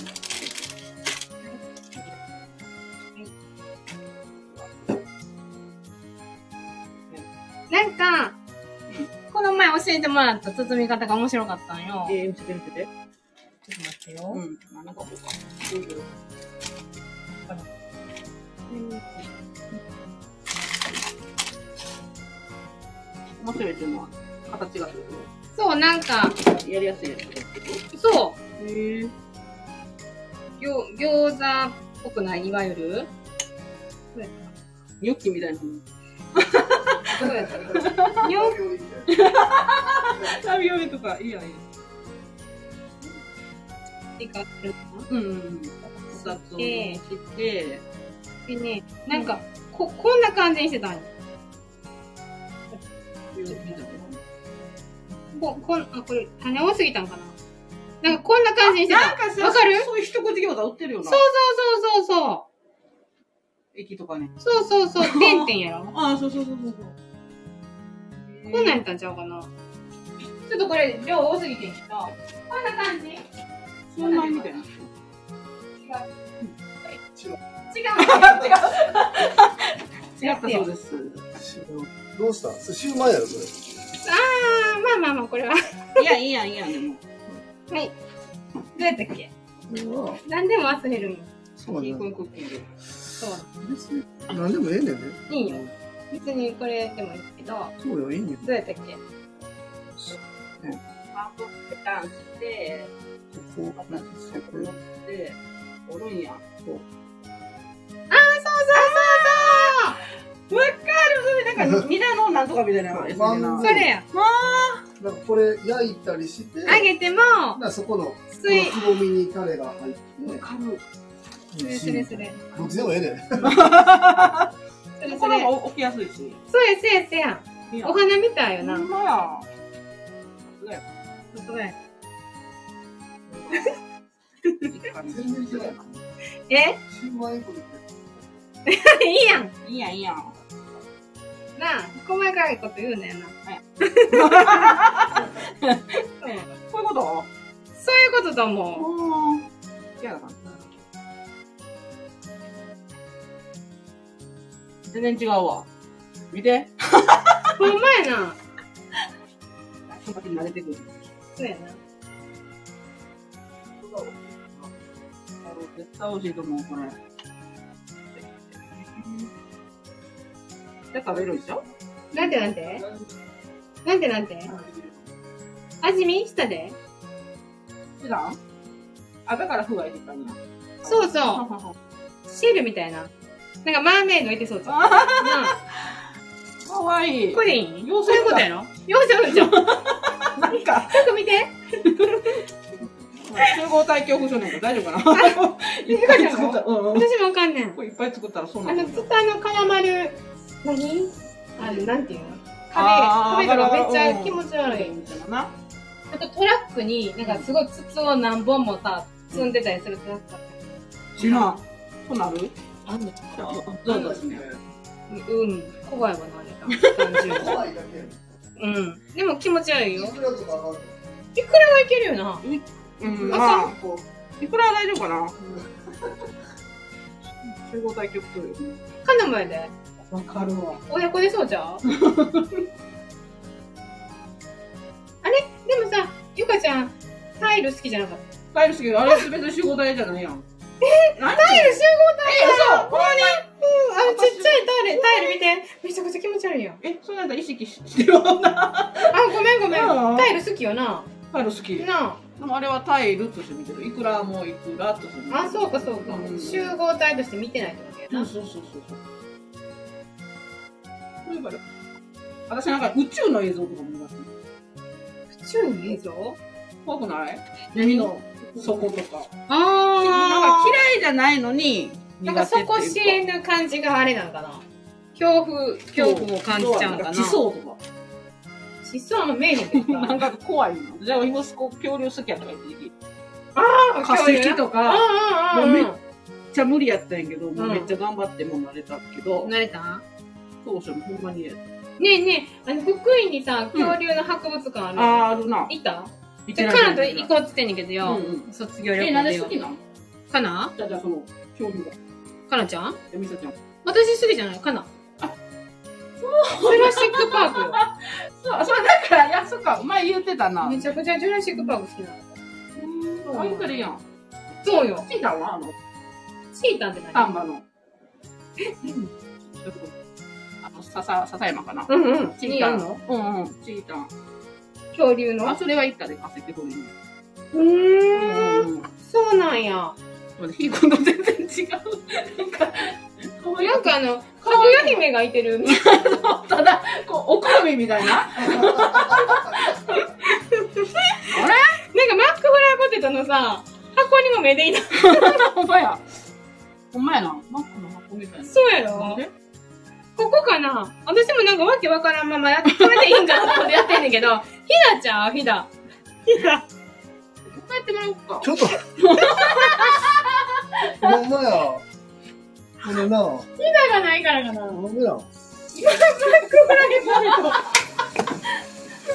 S1: なんか、この前教えてもらった包み方が面白かったんよ。
S2: えー、見せて見せ
S1: ちょ
S2: て。
S1: っと待って
S2: う
S1: よ。
S2: ん。まあ、なんかこうか。面白いっていうのは、形がってこ
S1: そう、なんか、
S2: とやりやすいやつってこ
S1: そう。
S2: とへえ。
S1: 餃餃子っぽくないいわゆる
S2: ニョッキみたいな。
S6: そうやったね。
S2: ラビオレとか、いいやん、いいやん。
S1: ってか
S2: うんうんうん。二つを切って、
S1: でねなんか、ここんな感じにしてたんよここんあこれ種多すぎたんかななんかこんな感じにしてた
S2: なんかさ、
S1: わかる
S2: そういう一口餃子売ってるよな
S1: そう。そうそ
S2: 駅とかね。
S1: うそうそうそうそう点々やろ
S2: ああ、そうそうそうそうそう。
S1: こんなんやったんちゃうかなちょっとこれ量多すぎてんけどこんな感じ違う [laughs]
S2: そんなんみたいな。
S1: 違う違う
S2: 違ったそうです。
S3: どうした寿司うまいやろ、それ。
S1: あーまあまあまあこれはい
S2: や、いいやん、いいやん、でも。
S1: はいどうやったっけ
S3: そ
S1: 何でも忘れるんよ
S2: キーコンクッキング。
S1: そう
S3: 別何でもええねんね。
S1: いいよ別にこれでもいいけど
S3: そうよ、いいねん。
S1: どうやったっけ
S2: ハートペタンして、
S3: こ
S2: こうなって、こうなって、おるんや。
S1: そうそうそう
S2: わかるそれなんか、ミラノなんとかみたいなやつや
S3: ま
S2: な
S3: あ
S1: それや。
S3: うなんかこれ焼いたりして、
S1: あげても、
S3: なんかそこの、こ
S1: つい
S3: の、くぼみにタレが入って、
S2: 軽い。
S1: それそれそれ。
S3: どっちでもええねん。
S1: それそ
S2: 心
S1: れ。
S2: も起きやすいし。
S1: そうや、そうや、そうや。
S2: いいや
S1: お花みたいよ
S2: ほ
S1: な。
S2: んまや。
S1: すごい。え
S3: 全然違うやん。
S1: え
S3: シューマイ粉で。
S1: [laughs] いいやん。
S2: いいやん、いいやん。
S1: なあ、細かいこと言うねんな。そう
S2: こういうこ
S1: そ
S2: と
S1: ういうことだもん。
S2: おー。嫌だな。全然違うわ。見て。
S1: ほんまやな。
S2: ちょっと慣れてくる。
S1: そうやな。
S2: 絶対美味しいと思う、これ。で、食べるでしょ
S1: なんてなんてなんてなんて味見したで
S2: 普段あ、だからふわ入れたんや。
S1: そうそう。
S2: あ
S1: シェルみたいな。なんかマーメイドいてそうじゃん。なあ
S2: かわいい
S1: こ。れでいい
S2: 妖
S1: そ
S2: 精
S1: ういうことやろ妖精じゃん。よ
S2: なんか、
S1: く見て。
S2: 集合体恐怖症なんか大丈夫かないっぱい作ったら、うんうん。
S1: 私もわかんねん。
S2: [laughs] これいっぱい作ったらそう
S1: あ
S2: な
S1: の、
S2: る
S1: ち
S2: んだ
S1: ょっとあの、絡まる、何あれ、なんていうの
S2: あ
S1: 壁、
S2: ー
S1: 壁とかめ
S2: わ
S1: っち
S2: かるわ
S1: ゃ気持ち悪い。
S2: な。
S1: あとトラックに、なんかすごい筒を何本もさ、積んでたりするトラックあっ
S2: 知らん。そうなる
S1: たあんの
S2: どうですね。
S1: うん。怖いわな、あれが。 [laughs] 単純に
S3: 怖いだけ。
S1: うん。でも気持ち悪いよ。い
S3: いくらとか上がる
S1: いけるよな。
S2: うん、
S1: あ
S2: まあ、
S3: こ
S2: いくらは大丈夫かな
S3: ううん
S2: 集合体恐怖症よ。
S1: カナもやで。
S2: わかるわ。
S1: 親子でそう [laughs] じゃんあれでもさ、ゆかちゃん、タイル好きじゃなかった。
S2: タイル好きあれ別に集合体じゃないやん。え何タ
S1: タイル集合体
S2: え、嘘ほんまに
S1: うん、あのちっちゃいタイル、タイル見て。めちゃくちゃ気持ち悪いよ。
S2: え、そんなんやったら意識してるもんな。
S1: あ、ごめんごめん。
S2: うん
S1: タイル好きよな。
S2: タイル好き。で
S1: な
S2: もあれはタイルとして見てる。いくらもいくらとして見てる。
S1: あ。あ、そうかそうか。
S2: うん
S1: 集合体として見てないってことや
S2: うん
S1: な。
S2: そうそうそうそう。そういえばね私なんか宇宙の映像とかも見ますね。
S1: 宇宙の映像
S2: 怖くない海の底とか。なん
S1: あ
S2: か嫌いじゃないのに
S1: ー。なんかそこ
S2: し
S1: 支援な感じがあれなんかな。恐怖、恐怖を感じちゃうんかな。
S2: 地層とか。
S1: 地層のメイン [laughs] で
S2: なんか怖いの。じゃあ、今すこ恐竜好きやったから一時期。化
S1: 化
S2: 石とか、
S1: うんうんうん
S2: も
S1: うん。
S2: めっちゃ無理やったんやけど、もううんめっちゃ頑張っても慣れたけど、
S1: 慣れた
S2: 当初もほんまに、
S1: ねえねえ、あの、福井にさ、恐竜の博物館ある
S2: あ
S1: の。
S2: ーあるな。
S1: 行った
S2: い
S1: じゃあ、カナと行こうっつってんねんけどよ。
S2: うんうん
S1: 卒業旅行
S2: え、なんで好きなの
S1: カナ
S2: じゃあ、じゃあその、興味が。
S1: カナちゃん
S2: え、みさ [laughs] ちゃん。
S1: 私好きじゃないカナ。ジュラシックパークよ。
S2: そう、あそれだから、いや、そっか、お前言ってたな。
S1: めちゃくちゃジュラシックパーク好きなの。
S2: うんあ、言うてるやん。
S1: そうよ。
S2: チータンはあの、
S1: チーターって何
S2: 丹波の。え、あの、笹、笹山かな。
S1: うんうん。
S2: チ
S1: チー
S2: ー
S1: タ
S2: タ
S1: ー
S2: ン
S1: の
S2: うんうん、チータン。
S1: 恐竜の
S2: あ、それは行ったで、化石掘りに。
S1: う
S2: う
S1: ーん。
S2: ん。
S1: そうなんや。
S2: ヒーコンと全然違う。なんか、こうい
S1: なん
S2: う
S1: かあの、かぐや姫がいてる [laughs] みたいな。
S2: ただ、こう、お好みみたいな。
S1: なんかマックフライポテトのさ、箱にも目でいた。
S2: ほんまや。ほんまやな。マックの箱みたいな。
S1: そうやろここかな私もなんかわけわからんままやって、これでいいんかなってことやってんねんけど、ひ [laughs] なちゃん、ひだ。ひだ。
S2: 帰ってもらおうか。
S3: ちょっと。 [laughs] ほんまや。ほんまな。
S1: ひだがないからかな。
S3: ほんまや。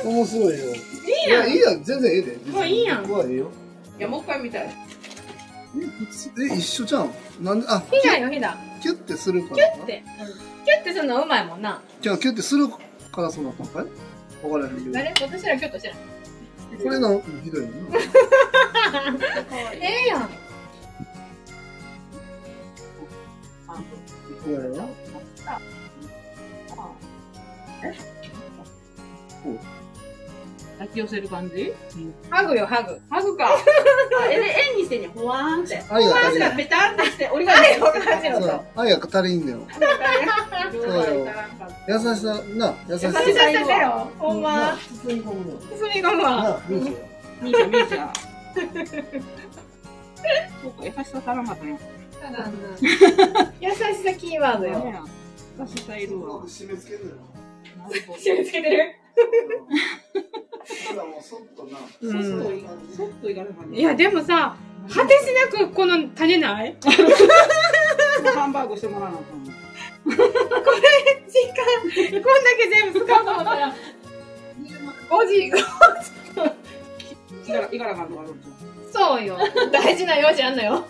S3: 面白いよ。い
S1: いいや
S3: や、
S1: ん。
S3: いいやん。全然ええで。
S1: もういいやん
S3: 僕はええよ。
S2: いや、もう一回見たい。
S3: え、一緒じゃん。なんで、あ、
S1: ひだよ、ひだ。
S3: キュッてするから
S1: キュッ
S3: な。
S1: て。キュッてするのうまいもんな。
S3: じゃあ、キュッてするからそうなったんかいわからへんけど。
S1: 誰私らキュッとしてない。
S3: これなんかひどいよな。
S1: ええやん。
S3: こうやろな。
S2: 抱き寄せる感じ
S1: ハグよ、ハグ。
S2: ハグか。あえで、円にしてんねん。ほわーんって。
S3: 愛が足
S2: 足
S3: りな
S2: が
S3: い。
S2: ペタンってして、折り紙の
S1: 紙
S3: そう
S2: そう
S3: や愛が足りんだよ。そうよ優しさ、な、優しさ。
S1: 優しさだよ。ほん
S3: な
S1: ま。
S3: 包み込むよ。
S1: 包み込むわ。
S3: な、ルーシー
S2: ミーシャ、ミーシャ。そうか、優しさ足らんかったね。
S1: 優しさキーワードよ。
S2: 優しさいるわ。
S3: 締め付けるよ。
S2: なるほど
S1: 締め付けてる
S3: ただもうそっとな。
S2: う
S1: うん
S2: ん。
S3: う感じ
S2: そっといかればね
S1: いや、でもさ、果てしなくこの種ない
S2: ハンバーグしてもらわなあかんの
S4: 時間、こんだけ全部使うと思ったら、5時、
S2: いから、いからかんとかどうぞ
S4: そうよ。大事な用事あんのよ。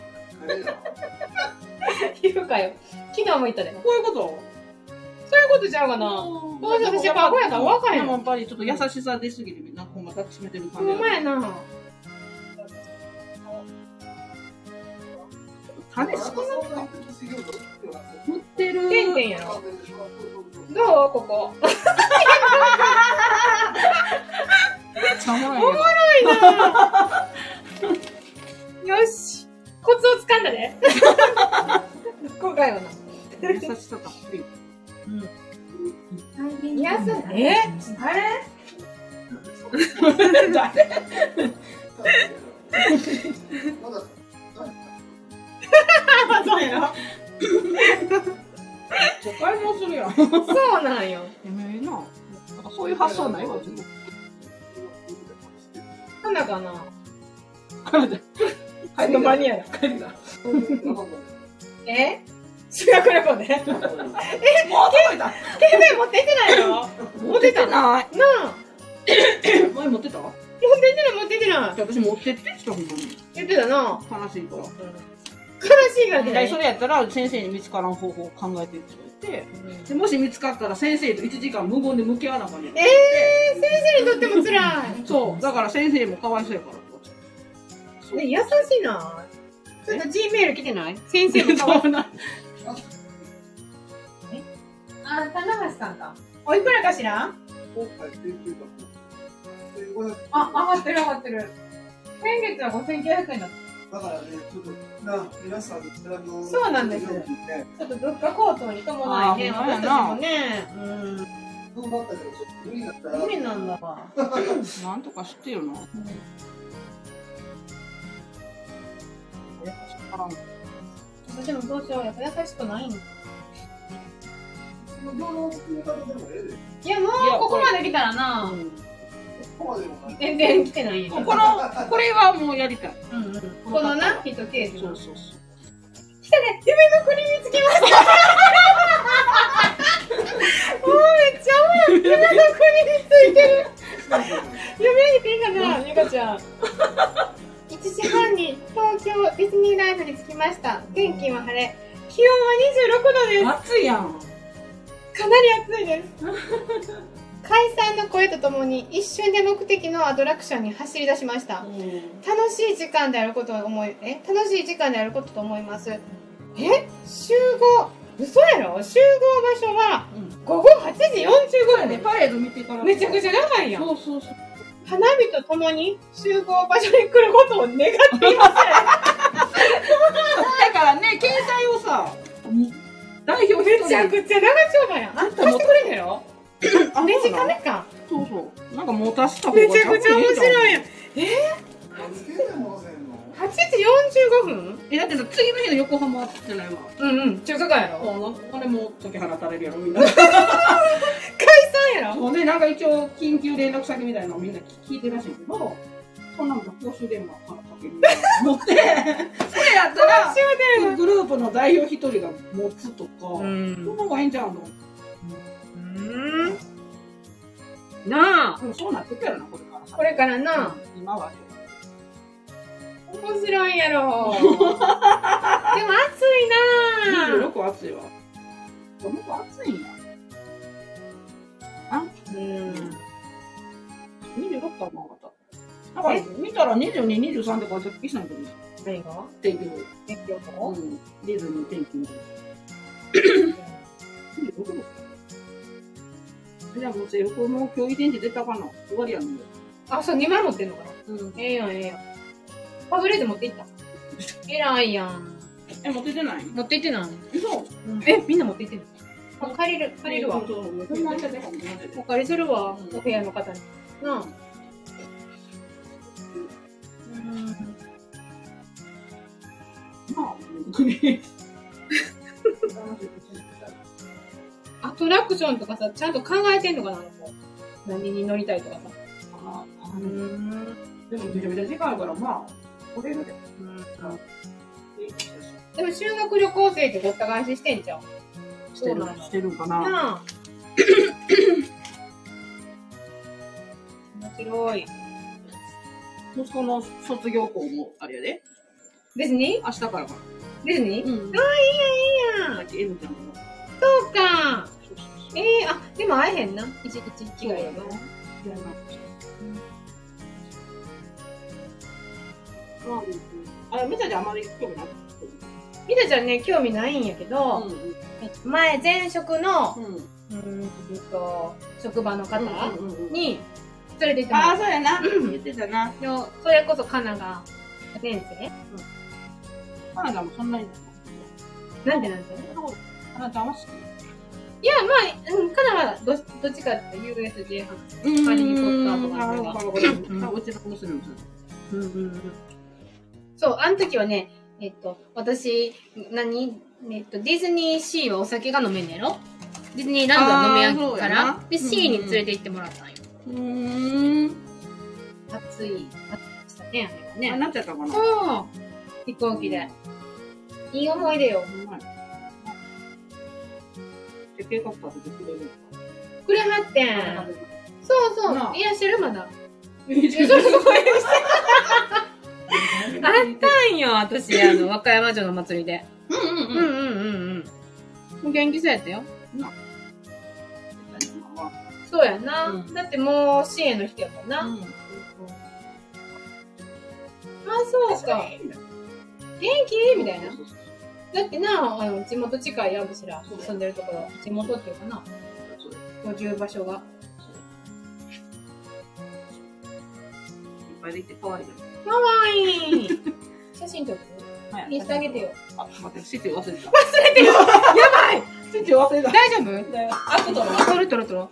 S4: 言うかよ。昨日も言ったで。
S2: こういうこと
S4: そういうことちゃうかな。どうせ私バカやから分からへん
S2: でもやっぱりちょっと優しさ出すぎて、なんかほんま抱きしめてる
S4: ほ
S2: 感じ。
S4: んまやな。
S2: 種少なく持ってる。
S4: てんてんやろ。どうここ。
S2: ちゃおもろい
S4: おもろいな。よし。コツを掴んだで。今回はな。
S2: けど優しさたっぷり。
S4: やすえあれ
S2: そうやな。ちょ、買い物するやん。や
S4: そうなんよ。
S2: めえな。なんかそういう発想ないわ、ちょっと。
S4: なんだかな。
S2: 帰る
S4: あのマニアだ。
S2: 帰るだ。
S4: え修学旅行で。携
S2: もう届いた
S4: 帯持ってってないの
S2: 持ってたない。
S4: なあ。
S2: 前持ってた
S4: 持ってってない持ってってない。
S2: 私持ってってきた、ほんまに。
S4: 言ってたな。
S2: 悲しいから。
S4: 悲しいから
S2: で
S4: ね。
S2: それやったら先生に見つからん方法を考えてって言ってでもし見つかったら先生と1時間無言で向き合わなあかんねん
S4: えー、先生にとっても辛い。
S2: そうだから先生もかわいそうやからそう
S4: ね、優しいな。ちょっと G メール来てない先生もかわいい。
S2: そうな
S4: あ、棚橋さんか。おいくらかしらあ、上がってる上がってる。先月は5900円だっ
S3: だからね、ちょっと、な、皆さん、あの、
S4: そうなんです
S3: ね、
S4: た。ちょっと物価高騰に伴いね、
S2: あほんまやな
S4: 私たちもね、うん、
S3: 頑張ったけど、無理だったら、
S4: 無理なんだわ。
S2: なんとかしてよな
S4: 私もどうしよう、やっぱ優しくないの。
S3: そのどの作り方でもええで、
S4: いや、もう
S2: いや
S4: ここまで来たらな、
S3: ここまでもない。
S4: 全然来てないんや
S2: こ
S4: け
S2: の
S4: ど。
S2: これはもうやりたい
S4: うんうん、このな、ヒットケース
S2: そ
S4: の
S2: う。そうそう
S4: 来たね、夢の国見つけました。もうめっちゃおもろい。夢の国についてる。夢にてんかな、みかちゃん。1時半に東京ディズニーライドに着きました。天気は晴れ。気温は26度で
S2: 暑いやん
S4: す。かなり暑いです。解散の声とともに一瞬で目的のアトラクションに走り出しました。楽しい時間であることを思いえ楽しい時間であることと思いますえ集合嘘やろ集合場所は
S2: うん
S4: 午後8時45分
S2: で
S4: で
S2: パレード見てから
S4: めちゃく
S2: ち
S4: ちゃ長いやん
S2: そうそうそう
S4: 花火とともに集合場所に来ることを願っています
S2: だからね携帯をさ代表
S4: めちゃくちゃ長丁場やんあんた貸してくれんのやろ
S2: あ
S4: デ
S2: そ
S4: ジ
S2: うな
S4: カ
S2: の
S4: メか
S2: そうそうなんか持たした方が
S4: めちゃくちゃ面白いやん8
S3: つけてもせんの
S4: 時45分
S2: えだってさ次の日の横浜じゃないわ
S4: うんうん中華街やろ
S2: お金も解き放たれるやろみんな
S4: 解散やろ
S2: ほんでなんか一応緊急連絡先みたいなのをみんな聞いてるらしいけどそんなのが公衆電話からかけるのってそ
S4: [laughs]
S2: れやったら
S4: 終電
S2: グループの代表一人が持つとか、
S4: う
S2: その
S4: ん
S2: 方がいいんちゃうの
S4: なあ
S2: でもそうなってくやろなこれからさ
S4: これからな
S2: 今はね
S4: 面白いやろでも暑いなぁ
S2: 26暑いわこの子暑いんや
S4: うん
S2: 26かなまただから見たら2223ってから絶対しないと思う
S4: 何が
S2: 天気予報
S4: 天気予報
S2: うんディズニー天 [coughs] 気予報じゃあもう制服も今日遺伝子出たかな終わりやんね。
S4: あそう2枚持ってんのかな
S2: うん。
S4: ええやんええやんパズレーズ持っていったえらいやん
S2: え、持っててない
S4: 持っていってない
S2: 嘘
S4: えみんな持っていってんの借りる借りるわ
S2: そうそうそう。
S4: お借りするわ
S2: うん
S4: お部屋の方になあ
S2: まあ、首。
S4: アトラクションとかさちゃんと考えてんのかなあの子何に乗りたいとかさ
S2: ああのでもめちゃめちゃ時間あるから、まあ、これぐらい。
S4: うん
S2: いいですよ
S1: でも修学旅行生ってごった返ししてんじゃん。
S2: してるしてるんかな。
S1: なあ。面白い。
S2: 息子の卒業校もあれやで。
S1: ディズニ
S2: 明日からかな。
S1: ーディズニーいい
S2: うん。
S1: やんいいやん
S2: さっきエムちゃんも。
S1: そうか。ええあ、でも会えへんな。一日一回やな。
S2: あれ、みたちゃんあまり興味ない。
S1: みなちゃんね、興味ないんやけど、
S2: う
S1: 前、前職の、
S2: ん。うん。
S1: うーんと、職場の方
S2: うんうんうん
S1: に連れて行ってもら
S2: あ
S1: っ
S2: あ、そうやな。言ってたな。
S1: たのそれこそカナが、年生
S2: カナちゃんもそんなに。
S1: なんでなんて
S2: カナちゃんはい
S1: や、まあ、うん、カナはどどっちかっていうと USJ 派
S2: 好き。
S1: ハリーポッターとか
S2: あ
S1: の方
S2: ー
S1: が
S2: わかるわかるあうちの娘もそ
S1: う
S2: う。
S1: んうんうんそう、あの時はね、えっと、私、何えっと、ディズニーシーはお酒が飲めんねやろディズニーランドは飲めやんか
S2: あーそうや
S1: ら
S2: な、
S1: で、
S2: うんうん
S1: C に連れて行ってもらったんよ。
S2: うーん。
S1: 暑い、暑いでしたね、あれ
S2: あ、
S1: はね。
S2: なっちゃったかな。
S1: そう、飛行機で。いい思い出よ。
S2: うまい。で、計画立ててくれる。
S1: くれはってん。そうそ
S2: なあ
S1: う、いらっしゃるまだ。
S2: あ
S1: あったんよ、私、あの、和歌山城の祭りで。
S2: うん
S1: うんうんうんうん。元気そうやったよ。そうやな。
S2: うん
S1: だってもう、支援の人やもんな。
S2: うん。
S1: あ、そうか。元気みたいな。だってな、あの地元近いやん、私ら。
S2: そう
S1: 住んでるところ。地元っていうかな。居住場所が。
S2: いっぱいできて可愛いじゃ
S1: かわいい。 [laughs] 写真撮って。
S2: ん。
S1: インスタあげてよ。
S2: あ、待って、シチュー忘れてた。
S1: やばい
S2: シチュー忘れた。
S1: 大丈夫
S2: あ、ちょっと待っ
S1: 撮る撮る撮ろ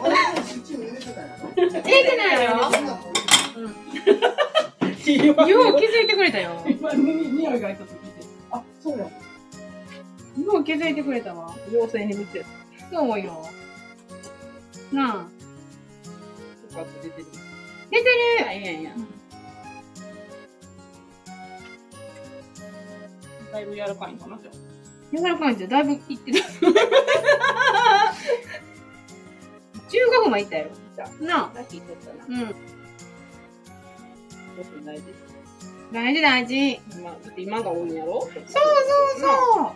S3: 俺もシチュー入れてたよ。
S1: う。入れてないよ。
S2: て。よ
S1: [laughs] よう気づいてくれたよ。
S2: 今、匂いが一つ聞いて。あ、そうや。
S1: よう気づいてくれたわ。
S2: 妖精に見てる。
S1: そうよ。なあ。
S2: とか出てる。
S1: 出てる
S2: いやいや。だいぶ柔らかいんかな、じゃ
S1: 柔らかいんじゃだいぶいってた。15分もいったよ。なあ。
S2: さっき言っとったな。
S1: うん。
S2: よくないです。
S1: 大事大事。
S2: まあ、だって今が多いんやろそう
S1: そうそ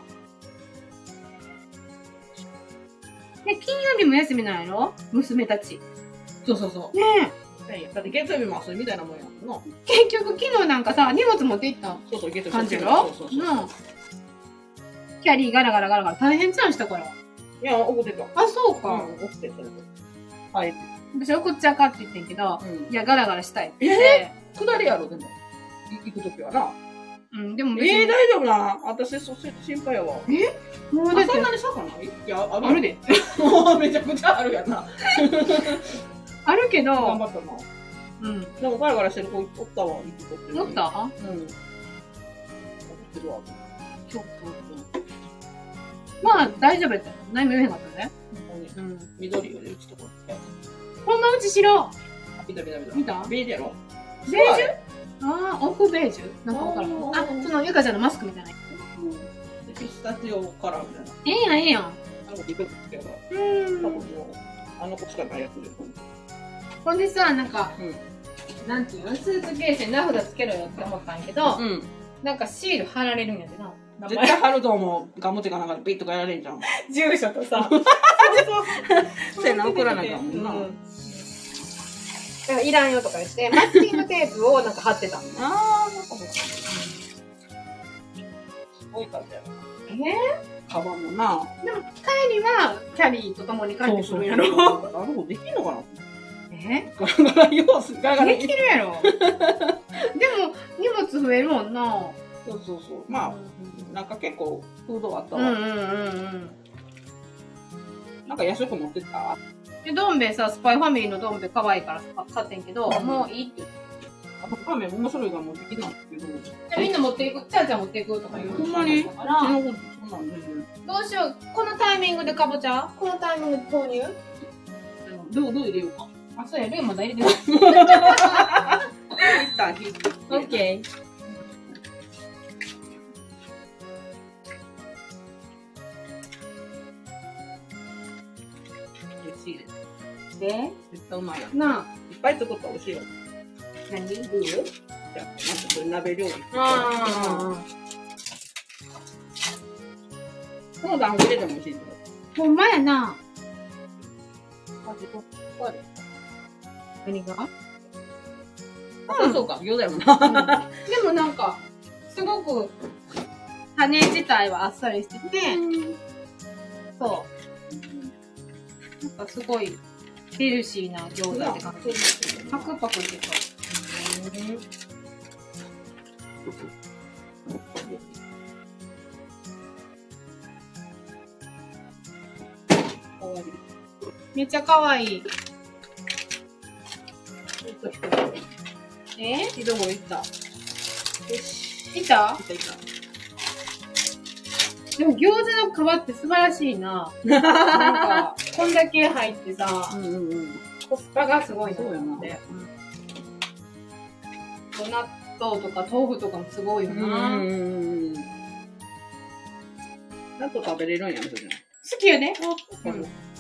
S1: う。で、金曜日も休みなんやろ娘たち。
S2: そうそうそ
S1: ね
S2: う。いやいやだって月曜日も遊びみたいなもんやもんな。
S1: え。結局昨日なんかさ、荷物持って行った
S2: そうそう、月曜日。
S1: 感じやろ
S2: そうそうそう。
S1: うん。キャリーガラガラガラガラ大変ちゃんしたから。
S2: いや、怒ってた。
S1: あ、そう
S2: う
S1: か。
S2: ん、怒ってたよ。はい。
S1: 私怒っちゃうかって言ってんけど、
S2: うん
S1: い。や、ガラガラしたいって。
S2: え下りやろ、でも。い行くときはな。
S1: うん、でも別
S2: ええ
S1: に
S2: ー、大丈夫な私、そし心配やわ。
S1: もうだ
S2: あ
S1: って
S2: そんなに差かないいや、あ
S1: あるで。
S2: る。 [laughs] めちゃくちゃあるやんな。
S1: あるけ
S2: 頑
S1: ど、
S2: 張ったな。
S1: うん。
S2: なんかガラガラしてる子おったわ、行くとき。
S1: 思った
S2: うん。怒ってるわ。
S1: そうそうまあ、大丈夫やったよ。何も言えへんかったね。
S2: ほんまに
S1: うん。
S2: 緑よりうちとこ。
S1: ほんまうち白。
S2: 緑、緑、緑。
S1: 見た
S2: ベージュやろ
S1: ベージュああ、オフベージュなんかわからん。
S2: お
S1: あ、
S2: ー
S1: そのゆかちゃんのマスクみたいな。え
S2: でピスタチオカラーみたいな。
S1: えやん、ええやん。
S2: あの子、ビクビクつけた
S1: う
S2: ら、多分も
S1: ーん。
S2: う、あの子しかないやつで。
S1: ほんでさ、なんか、
S2: うん
S1: なんていうのスーツケースに名札つけろよって思ったんやけど、
S2: うん。
S1: なんかシール貼られるんやでな。名
S2: 絶
S1: 前
S2: 対貼ると思う。ガムテかなんかでピッとかやられんじゃん。
S1: 住所と
S2: [laughs]
S1: さ。
S2: そうやな、送らなきゃもんな。
S1: うんだからいらんよとか言って、マスキングテープをなんか貼ってた。
S2: あー、なんかもう。すごい感じやな。
S1: ええ
S2: カバンもな。
S1: 帰りは、キャリーと共に帰ってくるんや
S2: あ
S1: ろ。
S2: の子できんのかな
S1: え
S2: ガラガラ様子、ガラガラ
S1: で。きるや [laughs] ろ。でも、荷物増えるもんな。
S2: そうそうそう。まあ、なんか結構、フードあった
S1: うんうんう
S2: わ。
S1: んうん。
S2: なんか夜食持ってった
S1: で、どん兵衛さ、スパイファミリーのどん兵衛可愛いからさ買ってんけど、
S2: うん
S1: もういいって言って。
S2: ラーメン面白いから持ってきたんですけど、うち
S1: じゃあみんな持っていく、ちゃんちゃん持っていくとか言う
S2: ほんまに
S1: だか
S2: の
S1: ら、
S2: 子、そんなん全然。
S1: どうしよう、このタイミングでかぼちゃこのタイミングで豆乳
S2: どう、どう入れようか。
S1: あ、そうや、ルーまだ入れてない。
S2: 一旦火つけて
S1: オッケー。
S2: しいです。
S1: で、
S2: 絶対うまいよ。
S1: なあ、
S2: いっぱい作ったら美味しいよ。
S1: 何ルー
S2: じゃあ、まずこれ鍋料理。
S4: あ
S2: この団子入れても美味しいんだよ。
S4: あ。ほんまやな。
S2: こ
S4: 何が
S2: うん、そうか、餃子やもんな。
S4: でもなんか、すごく、羽自体はあっさりしてて、そう。なんかすごい、ヘルシーな餃子って感じ。パクパクしてた。めっちゃ可愛い。え
S2: ひどいもいった。い
S4: いた
S2: ったいった。
S4: でも餃子の皮って素晴らしいな。なんか、こんだけ入ってさ、
S2: うんうんうん。
S4: コスパがすごいなと
S2: そうや
S4: 思
S2: な
S4: って。うん納豆とか豆腐とかもすごいよな。好
S2: うん。なんと食べれるんやん、それ。
S4: きやね。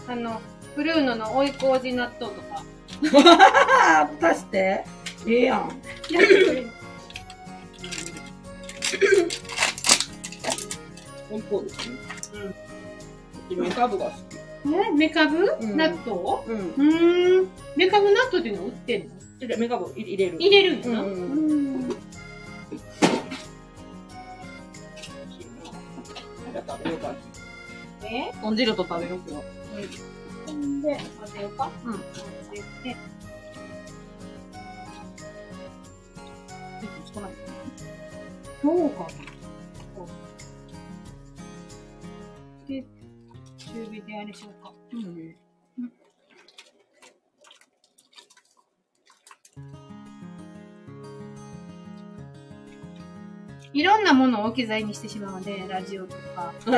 S4: あの、ブルーノの追い麹納豆とか。
S2: ああ、足して。ええやん。本当ですね。うん。メカブが好
S4: えメカブ、
S2: うん
S4: 納豆
S2: き。うん。
S4: うーん。メカブ納豆っていうのは売ってんの
S2: メカブ入れる
S4: 入れるんや
S2: う
S4: な。
S2: んうん
S4: うん
S2: 食べようか。
S4: え
S2: 豚汁と食べようか。
S4: ほんで、混ぜようか。
S2: うん
S4: 混ぜて。どうかな。で、中火であれしようか。
S2: うん。
S4: いろんなものを置き去りにしてしまうので、ラジオとか。
S2: と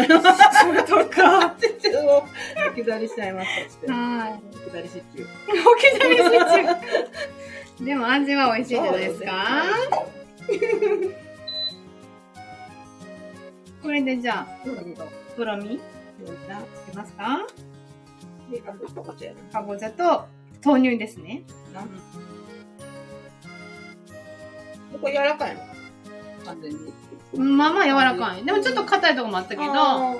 S2: か、手中を置き去りしちゃいましたって。
S4: は
S2: 置き去りし中。
S4: い。置き去りしちゅう。でも味は美味しいじゃないですか。これでじゃあ、
S2: うん。
S4: とろみつけますか
S2: メカブとかじゃやる
S4: かぼちゃと豆乳ですね。
S2: な。これ柔らかいの完全に。
S4: うんまあまあ柔らかい。でもちょっと硬いとこもあったけど、
S2: あー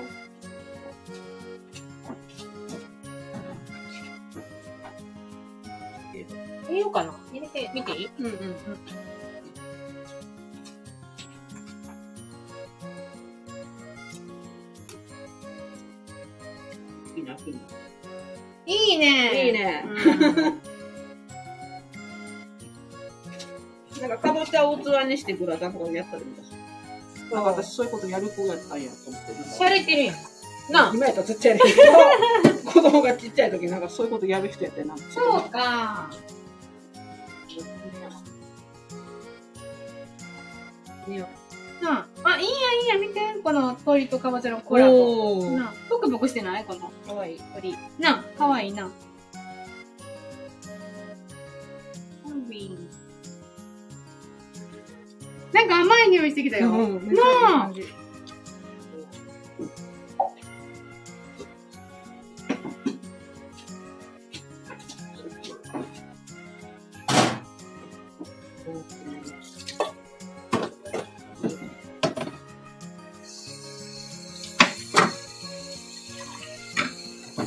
S4: 入れようかな。入れてみていい
S2: うんうんうん。いいな、いいな。い
S4: いいね。
S2: いねなんか、かぼちゃを器にしてグラタンとかやったりもした。なんか私、そういうことやる子やったんやと思って。
S4: しゃれてるやん。なあ。
S2: 今やったらちっちゃいねんけど、子供がちっちゃい時なんかそういうことやる人やったよな。
S4: そうか。なあ。あ、いいやんいいやん見て。この鳥とかぼちゃのコラボ。
S2: おー
S4: なあ。ぷくぷくしてないこの
S2: かわいい。
S4: 鳥。なあ。かわいいな。なんか甘い匂いしてきたよ。
S2: うん
S4: なあ。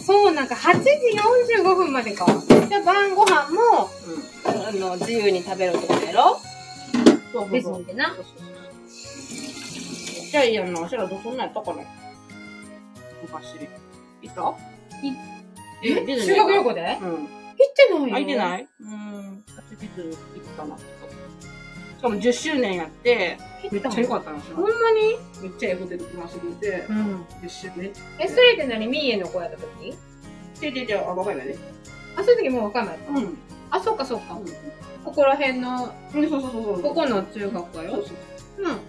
S4: そう、なんか8時45分までか。じゃあ晩ご飯も、あの、自由に食べるってことやろ
S2: そう
S4: 別にってな。
S2: じゃあいいやんな。わしらどそんなんやったかな昔。いたえディズニー
S4: 修学旅行で行っ
S2: うん。
S4: てないよ。
S2: 空いて
S4: い
S2: ないうん。私ビズ行ったな。しかも10周年やって、めっちゃ良かったな。
S4: ほんまに
S2: めっちゃええホテル泊ましてくれて、
S4: うん。
S2: 10周年。
S4: え、それって何ミーエの子やった時
S2: ちょいちょいちょい、あ、わかんないね。
S4: あ、そういう時もうわかんない。
S2: うん。うん
S4: あ、そうかそうか。ここら辺の、
S2: そうそうそうそう。
S4: ここの中学や
S2: そう
S4: ろ
S2: そう
S4: うん。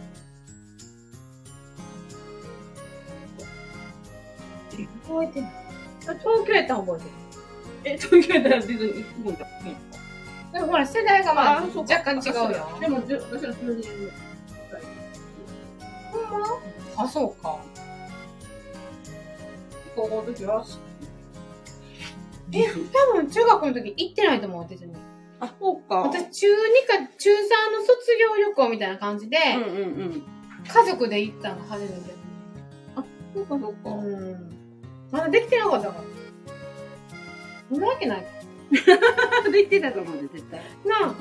S4: 覚えてない。あ東京やったら覚えてる。
S2: え、東京やったらディズニー行くもんだ。
S4: でもほら、世代がまあ、
S2: あそう
S4: 若干違うよ。
S2: でも、じゅ私ら12年
S4: ほんまあ、そうか。
S2: 高校の時は、
S4: え、多分中学の時行ってないと思う、別に。
S2: あ、そうか。
S4: 私、中2か中3の卒業旅行みたいな感じで、
S2: うんうんうん。
S4: 家族で行ったの初めて。
S2: そうかそうか。
S4: うん。まだできてなかったから。そんなわけないか。
S2: できてたと思うで、絶対。
S4: なあ。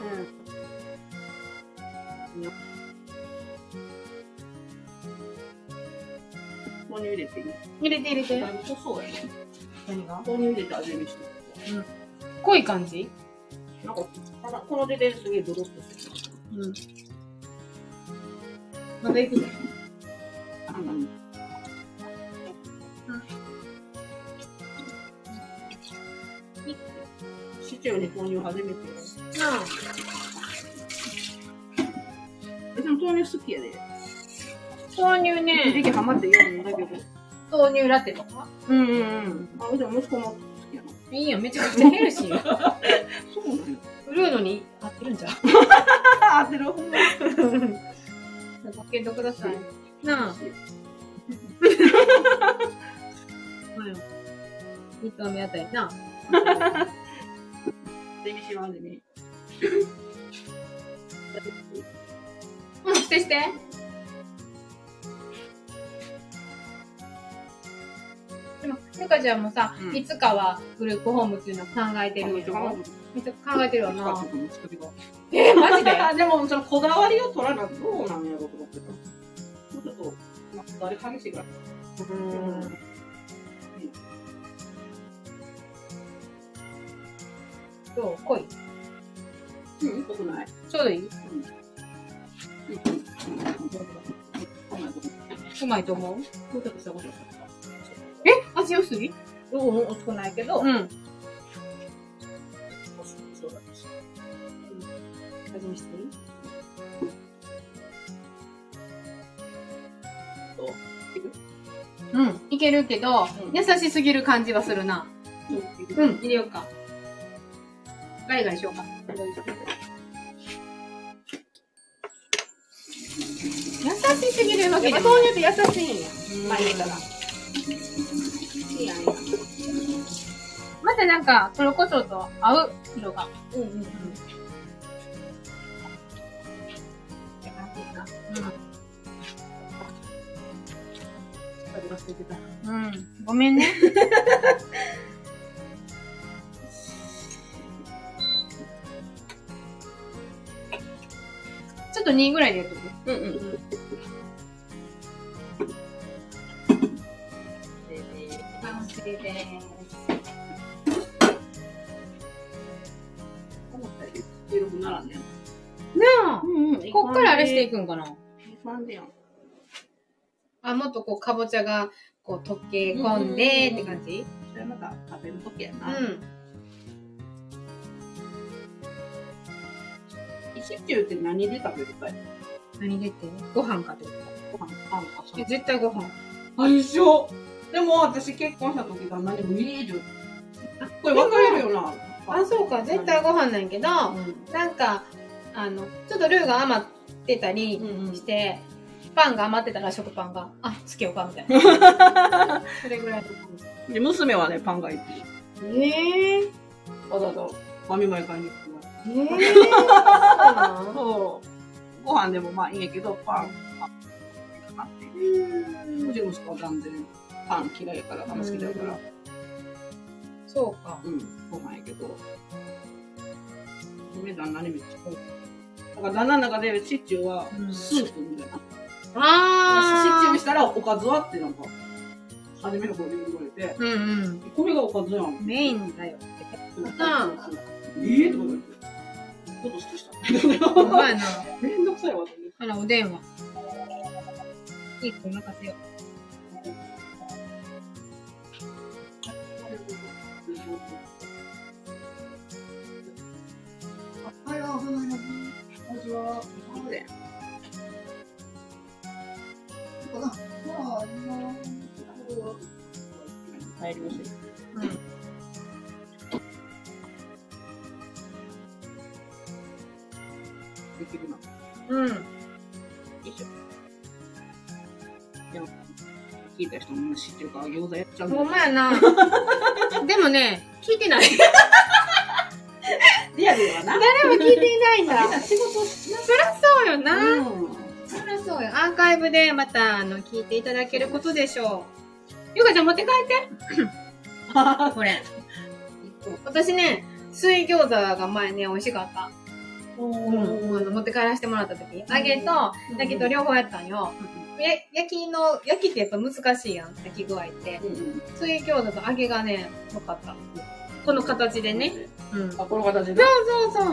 S2: 豆乳入れていい
S4: 入れて入れて。
S2: めっちゃそうやね。
S4: 何が
S2: 豆乳入れて味見して。
S4: 濃い感じ
S2: なんか、ただこの出てるすげえドロッとしてる。
S4: うん。まだ行くの
S2: うん。シチューに豆乳初めて。
S4: なあ。
S2: え、でも豆乳好きやで。
S4: 豆乳
S2: 一時
S4: ね、
S2: 期ハマって嫌なんだけど。
S4: 豆乳ラテとか
S2: うんうんうん。あ、うちの息子も好きやな。
S4: いいよ、めちゃくちゃヘルシーよ。
S2: そうなのよ。
S4: フルードに合ってるんじゃん。
S2: あ、当てるほんまに。
S4: ご検討ください。なあ。二頭目あたりな。
S2: 味見しま味見。
S4: うん、してして。でも、ゆかちゃんもさ、
S2: うん
S4: いつかはグループホームっていうのを考えてるやろめっちゃ考えてるよな。えー、 [laughs] マジで
S2: あでもそのこだわりを取らなどうなんやろうと思ってた。もうちょっと、まあ、こだわり激しいから。
S4: うん。どう濃い
S2: うん、濃くない。
S4: ちょうどいい
S2: うん。
S4: うまいと思う
S2: 到着したこと
S4: え味薄い
S1: うん、うん、少ないけど、
S4: うん。
S1: 味見していい
S4: うん。いけるけど、
S2: うん
S4: 優しすぎる感じはするな。
S2: うん。
S4: 入れようか。ガリガリしようか。優しすぎるわけでもない。
S2: 豆乳って優しいんや。まあ、言うたら。いいやん。
S4: またなんか、黒胡椒と合う色が。
S1: うん、うん、うん。
S4: うん。うん。ごめんね。ちょっと2ぐらいでやっとく。
S2: うんうん。
S1: 完成です。
S2: 思ったより強くならんね。
S4: なあ、
S2: うんうん
S4: こっからあれしてい
S2: く。
S4: くんかな
S2: なんでやん。
S4: あ、もっとこう、かぼちゃが、こう、溶け込んで、って感じ
S2: それまた食べるときや
S4: う
S2: な。
S4: ん。
S2: シチューって何で食べるかい
S4: 何出てご飯かと。
S2: ご飯、パンか。
S4: え絶対ご飯。
S2: あ、一緒でも私結婚した時が何も見える。これ分かれるよな。
S4: あ、そうか、絶対ご飯なんやけど、
S2: うん。
S4: なんか、あの、ちょっとルーが余ってたり
S2: うんうん。
S4: して、パンが余ってたら食パンが、あ、つけようか、みたいな。 [laughs] それぐらいの感じ。
S2: で、娘はね、パンがいいっていう。
S4: ええ
S2: わざわざ、マミマイ買いに行くの
S4: ええそうなん
S2: そう。ご飯でもまあいいんやけど、パン、パン、いいかなっていう。うちの息子は断然、パン嫌いやから、パン好きだから、
S4: そうか。
S2: うん、ご飯やけど。嫁旦那にめっちゃ多い。だから旦那の中でシチューは
S4: うん
S2: スープみたいな。シチュー
S4: あ
S2: にしたらおかずはってなんか、初めの頃に言われて、
S4: ー。うんうん。
S2: これがおかずやん。
S4: メインだよ。
S2: あえーってこと言って。ちょっとしてした。
S4: う [laughs] まいな。
S2: めんどくさいわ、と思って
S4: あら、おでんは。いい子任せよ。
S3: はい、あ、こんにちこんにちは。こんな、まあ、今、
S2: 入りましたよできるな。
S4: うん。
S2: でも聞いた人もシチューか餃子やっちゃう
S4: うん
S2: だ
S4: [laughs] ん。ほんまやな。でもね、聞いてない。
S2: リアルはな。
S4: 誰も聞いていないんだ。
S2: みんな仕事しな
S4: そりゃ [laughs] そうよな。
S2: うん。
S4: そりゃそうよ。アーカイブでまた、あの、聞いていただけることでしょう。ゆかちゃん持って帰って。これ。私ね、水餃子が前ね、美味しかった。うん。あの持って帰らせてもらった時。揚げと、焼きと両方やったんよ。や焼きの、焼きってやっぱ難しいやん。焼き具合って。
S2: うん
S4: 水餃子と揚げがね、よかった。この形でね。。うん。そう
S2: あ、この形で。
S4: そうそう。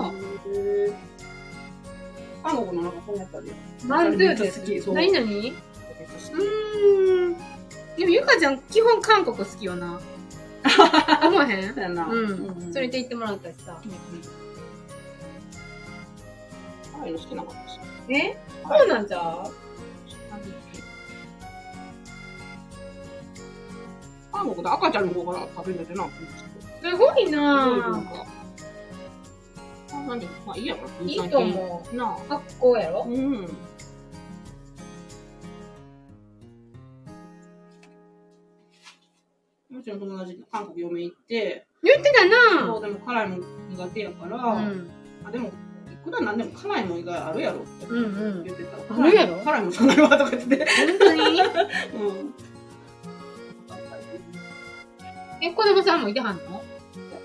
S2: あの子のなんかこうやったり。
S4: バンドゥー
S2: め
S4: で
S2: っちゃ好き
S4: す。
S2: そう
S4: 何々うーん。でも、ゆかちゃん、基本韓国好きよ [laughs] な。思わへん
S2: そうやな。
S4: うん。連れ
S2: で。
S4: て行ってもらったしさ。
S2: ああいうの好きなかったし。
S4: えそうなんじゃう
S2: 韓国で赤ちゃんの方から食べるんだよな。
S4: すごい
S2: なん
S4: な
S2: か。あ、何まあいいやろ。
S4: ぁ。いいと思
S2: う。な
S4: う。学校や
S2: あ。
S4: ろ
S2: うん。もちろん友達、韓国嫁行って、
S4: 言ってた
S2: そ
S4: な
S2: うでも辛いもん苦手やから、
S4: ぁ。うん。
S2: あでも、いくらなんでも辛いもん以外あるやろって
S4: うんうん。
S2: 言ってた。
S4: あるやろ
S2: 辛いもんじゃないわとか言ってて。
S4: 本当に
S2: うん。
S4: え、子供さんもいてはんの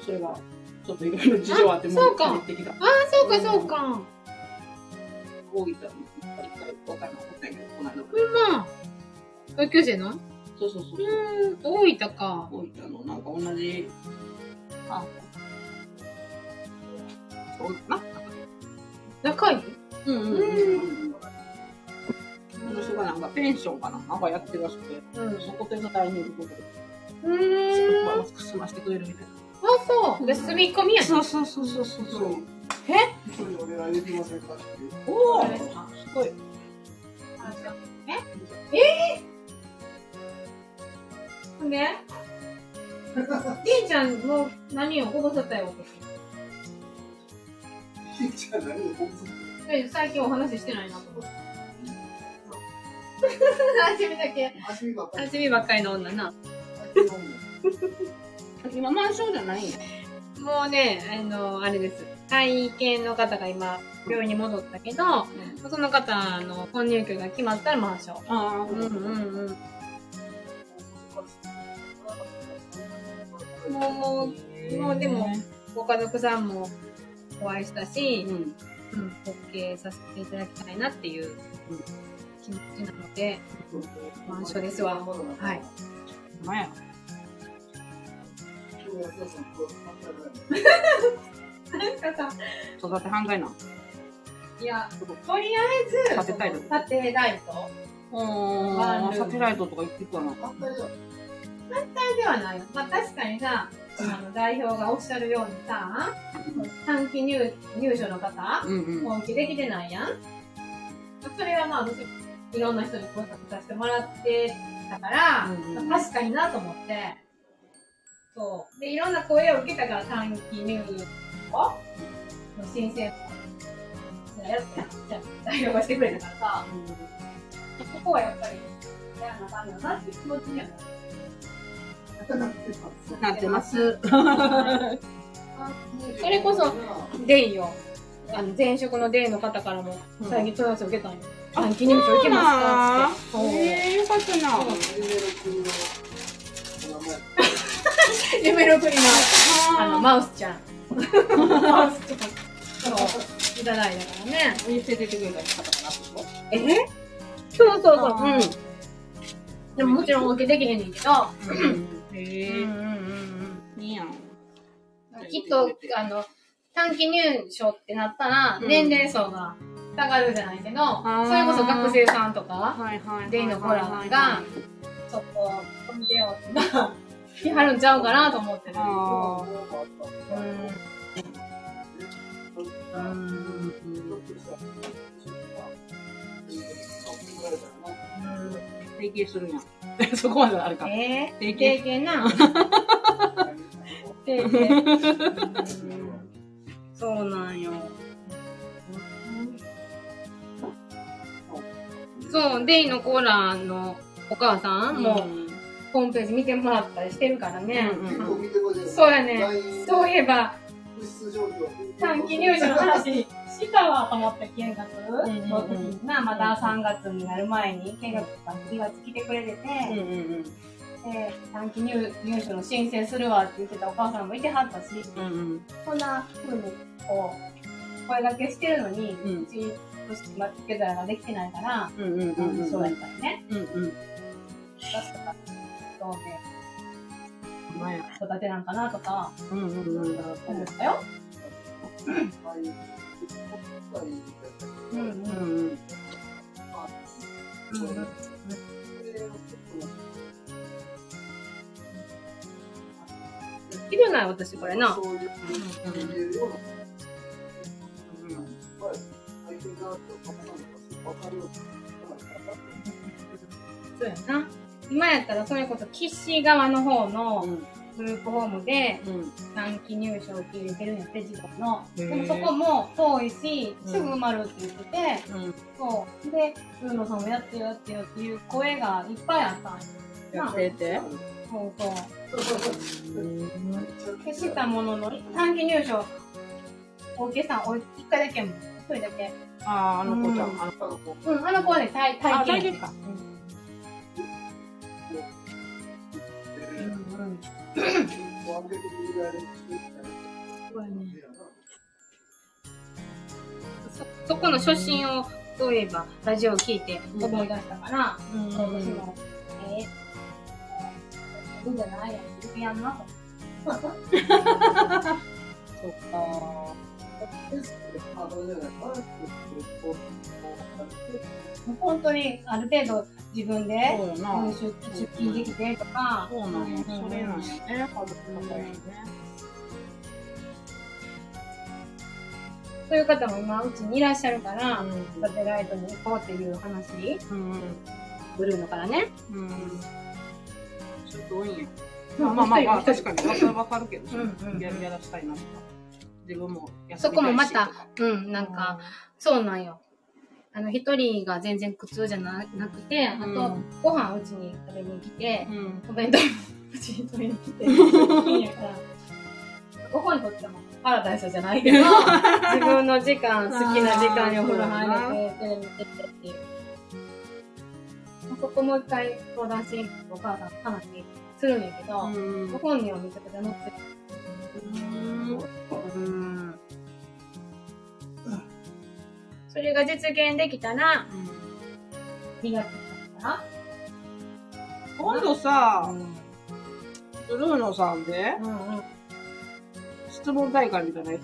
S2: それが、ちょっといろいろ事情あって、
S4: あ
S2: も
S4: そうか
S2: 帰ってきた。
S4: ああ、そうかそうか。
S2: 大分に一回岡山行ったけど、この間。
S4: うんまあ。同級生のう
S2: そうそうそう。
S4: ーん、大分か。
S2: 大分のなんか同じ、あ、そうな。
S4: 仲いい
S2: うんうんうん。その人がなんかペンションかななんかやってるらしくて、
S4: うん。う
S2: そこ手伝いに行くことで、
S4: ーん。
S2: ま
S4: あ、
S2: あ、済ませてくれるみたいな。
S4: そう。で、住み込みやね。
S2: そうそうそうそうそう。
S3: そう
S4: え
S3: 一人俺らできませんかって
S2: おお
S4: そう
S2: す
S4: です
S2: ごい。
S4: ね。りんちゃんも何をこぼさったよ。
S3: 聞いちゃう何でこいつ
S4: 私最近お話ししてないなと思 [laughs] って。初めだけ。
S3: 走りばっかり
S4: 初めばっかりの女な。
S3: 走りばっかり
S2: 今マンションじゃないんや。
S4: もうね、あの、あれです。会見の方が今、病院に戻ったけど、その方の本入居が決まったらマンション。
S2: ああ、
S4: うんうんうん。もう、もう、もうでも、ご家族さんもお会いしたし、
S2: うん。
S4: うん、OK させていただきたいなっていう
S2: うん
S4: 気持ちなので、マンションですわはい。
S2: なんや。
S4: なんかさ、
S2: 育て犯罪な。
S4: いや、とりあえず、
S2: サテライト
S4: サテライト
S2: お
S4: ワンルーム
S2: サテライトとか言ってるかな。
S4: ではない。まあ確かにさ、あの代表がおっしゃるようにさ、短期入入所の方、
S2: うんうん。
S4: 本気できてないやん。まあそれはまあ、私いろんな人に声かけさせてもらってたから、
S2: うんうん
S4: まあ確かになと思って、そう。で、いろんな声を受けたから短期入所の申請そうやってじゃあ代表がしてくれたからさ、そこはやっぱり、やらなあかんよなっていう気持ちにはなる。
S2: なってます。
S4: それこそデイよ。あの前職のデイの方からも最近問い合わせ受けたんよ。短期入所行けますかって。そう
S2: ええ、よかったな。
S4: 夢の国のあ
S2: [laughs]
S4: の
S2: あ
S4: マウスちゃん。マウスちゃん。そういただいたからね。
S2: あ、見せてくれた方かなってこ
S4: えそうそうそう。
S2: あー
S4: うん。でももちろんお受けできへんねんけど。
S2: と。うん。
S4: うん
S2: へえ。
S4: うん
S2: いいやん。
S4: うん。きっとあの短期入所ってなったら年齢層が下がるじゃないけど、
S2: ー
S4: それこそ学生さんとか。
S2: はいはい。
S4: デイのホラーが、ちょっと、見てよって [laughs] な、来はるんちゃうかなと思ってる。
S2: ああ。
S4: うん
S2: 提携するやん。そこまではあるか。
S4: え
S2: 提携
S4: ー、経。
S2: [laughs]
S4: 験な。経験。そうなんよ。そう、デイのコーラのお母さんも、ホームページ見てもらったりしてるからね。
S2: うん
S3: 結構見てこじゃ
S4: そうやね
S3: LINE で
S4: そういえば、
S3: 物質状況
S1: 短期入試の話したわと思った見学、
S2: んうんうん
S1: 僕になまだ3月になる前に見学が2月来てくれてて、
S2: うんうん
S1: で短期入入試の申請するわって言ってたお母さんもいてはったし
S2: うんうん
S1: こんな風にこう声掛けしてるのに、う
S2: うん
S1: ちとして待って皿ができてないから、
S2: うんうんうんうん
S1: そうやったりね
S2: うんうん
S1: 出すとかどうで
S2: ほんまや
S1: 育てなんかなとか
S2: うんうんうん
S1: 思ったよ、うんうん
S2: うんうん
S4: いるな、私これな。そうやな。今やったら、それこそ、岸側の方のグループホームで、
S2: うん
S4: 短期入賞を受け入れてるんやって、自己の。
S2: へ
S4: で
S2: ー
S4: もそこも遠いし、
S2: うん
S4: すぐ埋まるって言ってて、
S2: うん
S4: そう。で、ウーノさんもやってよやってよっていう声がいっぱいあったんや。
S2: やってて
S4: そうそう。
S2: うん
S4: で、したものの、短期入賞、お受けさん、お一回だけやもん。一人だけ。
S2: あああの子ちゃんあの子
S4: うん、あの子はね、体体験やって。
S2: か
S4: うんうん。そうやね。そこの初心を、そういえば、ラジオを聞いて思い出したから、
S2: うん
S4: そう私も、ええいいんじゃないやん、やんなと。
S2: そっか
S4: もう本当に、ある程度自分で、
S2: そうやな
S4: 入手出勤できてとか、
S2: そうなんやそれなんやね
S4: そういう方も今、うちにいらっしゃるから、
S2: うん
S4: サテライトに行こうっていう話、
S2: うん
S4: ブルーのからね。
S2: うんちょっと多いんやまあまあまあまあ確かにわかるわかるけど
S4: うんうん
S2: ややらしたいなとか自分も休みたいし
S4: そこもまた
S2: とか
S4: うん、なんか、そうなんよ。あの、一人が全然苦痛じゃななくて、あ
S2: うん
S4: と、ご飯うちに食べに来て、
S2: うん
S4: お弁当うちに取りに [laughs] 来て、いいやから。ご本にとってもパラダイスじゃないけ [laughs] ど、自分の時間、好きな時間にお風呂入れて、テレビ見てっていう。そこもう一回相談して、お母さんと話するんやけど、
S2: うん
S4: ご本人はめちゃくちゃ乗ってる。
S2: うん
S4: それが実現できたら、2月か
S2: 今度
S4: な
S2: さ
S4: うん
S2: ブルーノさんで
S4: うん
S2: 質問大会みたいなやつ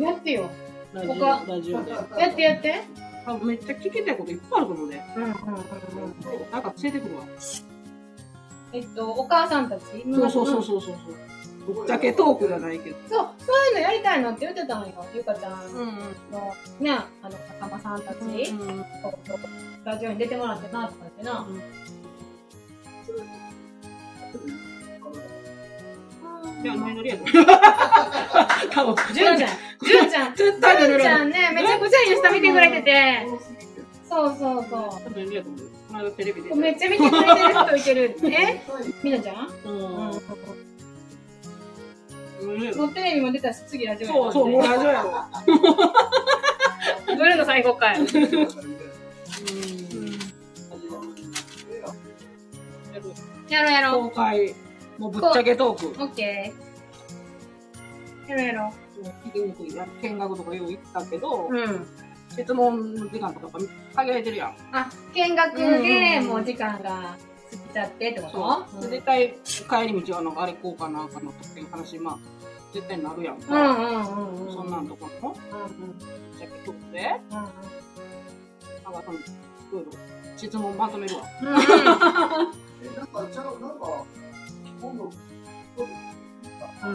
S4: うん。やってよ。
S2: ラジオ
S4: ここ
S2: ラジオで
S4: やってやって。
S2: 多分めっちゃ聞きたいこといっぱいあると思うね
S4: うんうんうん。
S2: なんか教えてくるわ
S4: えっと、お母さんたち
S2: そうそうそうそうそうそうぶっちゃけトークじゃないけど
S4: そう、そういうのやりたいなって言ってたんよ。ゆうかちゃん
S2: う
S4: の、
S2: んうん
S4: ね、あの、仲間さんたち、
S2: うん
S4: そうそうラジオに出てもらってな、とか言ってな。
S2: じゃあノリノリやで多分
S4: じゅんちゃん、じゅんちゃん、じ
S2: 絶対ノリ
S4: ゅ
S2: ノ
S4: ん
S2: リ
S4: ち
S2: やと
S4: ゃ
S2: 思うん
S4: ね、めちゃくちゃインスタ見てくれてて。そうそうそ
S2: 多分ノリノリやと思うこの間テレビで
S4: う。めっちゃ見てくれてる人いてる。
S2: [laughs]
S4: えみなちゃん
S2: うん
S4: うん。
S2: ノリノリやろ
S4: もうテレビも出たし、次ラジオ
S2: そうそうもうラジオやろ
S4: ブルーの最後かい。やろうやろ
S2: 公開もうぶっちゃけトーク
S4: う。オッケー。やろうやろ
S2: 聞きにくいや見学とかよう行ったけど、
S4: う。うん。
S2: 質問の時間とか限られてるやん
S4: あ、見学でもう時間が過ぎちゃってってこ
S2: そ
S4: と
S2: う、絶対帰り道はなんかあれこうかなあかなとかっていう話まあ絶対なるやん
S4: うんう
S2: か、
S4: んうんうん。
S2: そんなんとこも
S4: うんうん。
S2: じゃあ結局でなんかそのいろいろ質問まとめるわ
S4: う
S3: なんかちゃうなんか今度
S4: んう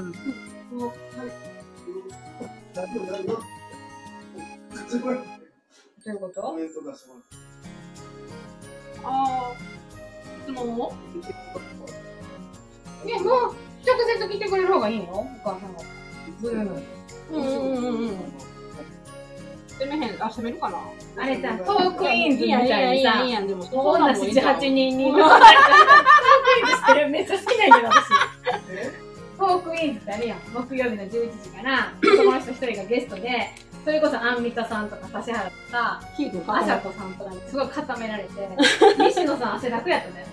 S4: ん。
S3: ラジオやるよって
S4: どういうこ
S3: コ
S4: と
S3: メント出してもらって
S2: ああ質問を
S4: いや、もう、直接来てくれる方がいいよ、お母さんが。
S2: 攻めへんあ攻めるかな
S4: あれさ、トークインズみ
S2: い
S4: た
S2: や
S4: い
S2: い
S4: に
S2: や
S4: さ
S2: い、やでもそ
S4: こんな
S2: もいいじゃ
S4: 7、
S2: ん
S4: 8人に、トークインズしいやめっちゃ好きなんやけど私フォークイーズってあるやん木曜日の11時から男の人一人がゲストでそれこそアンミカさんとか指原とか
S2: ヒート
S4: あさ
S2: か。
S4: こさんとかにすごい固められて西野さん汗だくやったね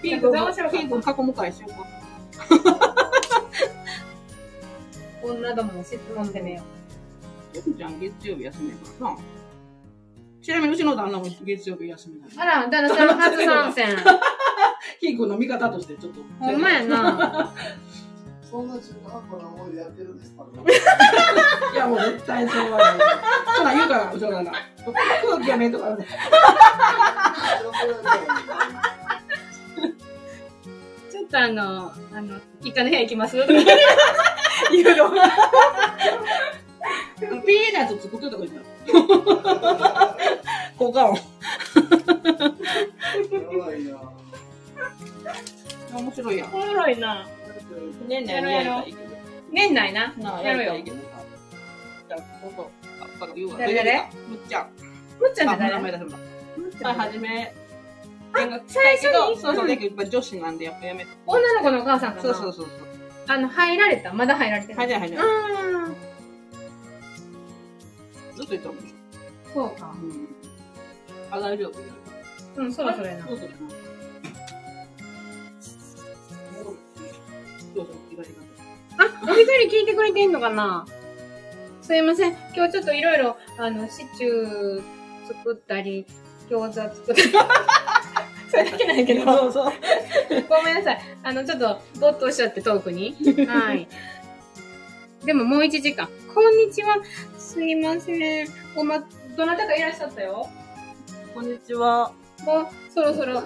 S2: ヒー
S4: めっ
S2: ト
S4: ちゃ面白かった
S2: ヒート囲む会しようか。
S4: 女どもの質問攻めよ
S2: よくちゃん月曜日休みやからな。ちなみにうちの旦那も月曜日休みなの。
S4: あら旦那さん初参戦
S2: ヒー君の味方としてちょっと。
S4: [laughs] ほんまやな
S3: そんな中途半端な思いでやってるんですからね。
S2: いやもう絶対そうはない。ほら言うから、うちの旦那。空気やめんとかね。
S4: ちょっとあの、あの、一家の部屋行きますとか言うの。
S2: ピーナッツ作っといた方がいいんだよ。効果音。
S3: やばいな。
S2: 面白いやん。
S4: おもろいな。
S2: ね
S4: やろうやろう
S2: う。
S4: 年内な。
S2: なあ、
S4: やろうよ
S2: りたいけどさじゃあ、今度、あっから言うわ。
S4: 誰誰
S2: むっちゃん。
S4: むっちゃん
S2: あ、
S4: って誰
S2: 名前出せば。
S4: むっちゃ
S2: は
S4: ん
S2: い、
S4: っ
S2: は
S4: て誰
S2: じめ。
S4: 最初
S2: けど、
S4: に、
S2: そうそう、
S4: う
S2: だけ
S4: ん
S2: ど、やっぱ女子なんで、やっぱやめて。
S4: 女の子のお母さんかな。
S2: そうそうそう。
S4: あの、入られたまだ入られてな。
S2: はいい、じゃあ、はい、じゃあ。
S4: あ
S2: ずっと言ったもん。
S4: ーそうか。
S2: うん。あ、大丈夫。
S4: うん、そろそろやな
S2: そ。うそう。そうそう、意外に。
S4: あ、お一人聞いてくれてんのかなすいません。今日ちょっといろいろ、あの、シチュー作ったり、餃子作ったり。 [laughs] それだけないけど。
S2: そうそう。
S4: ごめんなさい。あの、ちょっと、没頭しちゃって、トーク [laughs] に。はい。でも、もう1時間。こんにちは。すいません。おま、どなたかいらっしゃったよ。
S2: こんにちは。
S4: もう、そろそろ、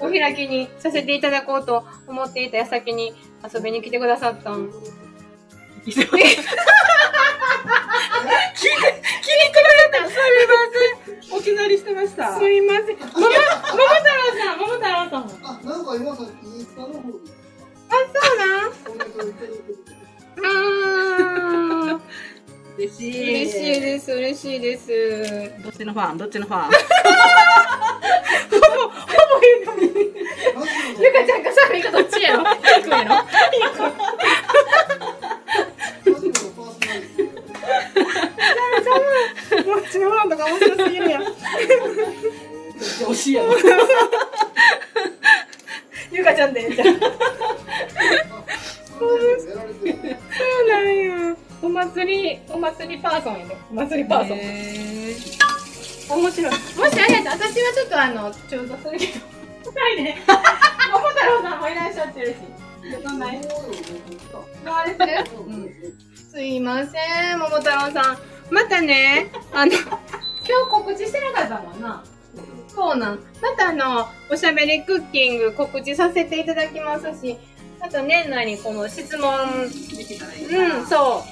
S4: お開きにさせていただこうと思っていた矢先に遊びに来てくださったん。
S2: 聞いてく
S4: れ
S2: れたすみません。お気乗りしてました。
S4: すいません。桃、桃太郎さん、桃太郎さんも。
S3: あ、なんか今さ、インスタの方で。
S4: そうな
S3: [laughs]
S4: ん
S3: コメントいただいてる
S4: あー。
S2: 嬉しい。
S4: 嬉しいです、嬉しいです。 [laughs]
S2: どっちのファンどっちのファン
S3: マジ
S4: ゆかちゃんかサーミかどっちやろピンクやろ
S3: の、マジのパーソナリティだよ
S2: どっちのファンとか面白すぎるやん。惜しいやん。
S4: ゆかちゃんで。
S3: やられてる。
S4: そうなんや。お祭り、お祭りパーソンやね。お祭りパーソン。
S2: へ
S4: 面白い。もしあれやったら、私はちょっとあの、調査す [laughs] るけど。二人で。桃太郎さんもいらっしゃってるし。そんなどうあれするすいません、桃太郎さん。またね、あの、今日告知してなかったもんな。そうなん。またあの、おしゃべりクッキング告知させていただきますし、また年内にこの質問、
S2: できたらいいな。
S4: うん、そ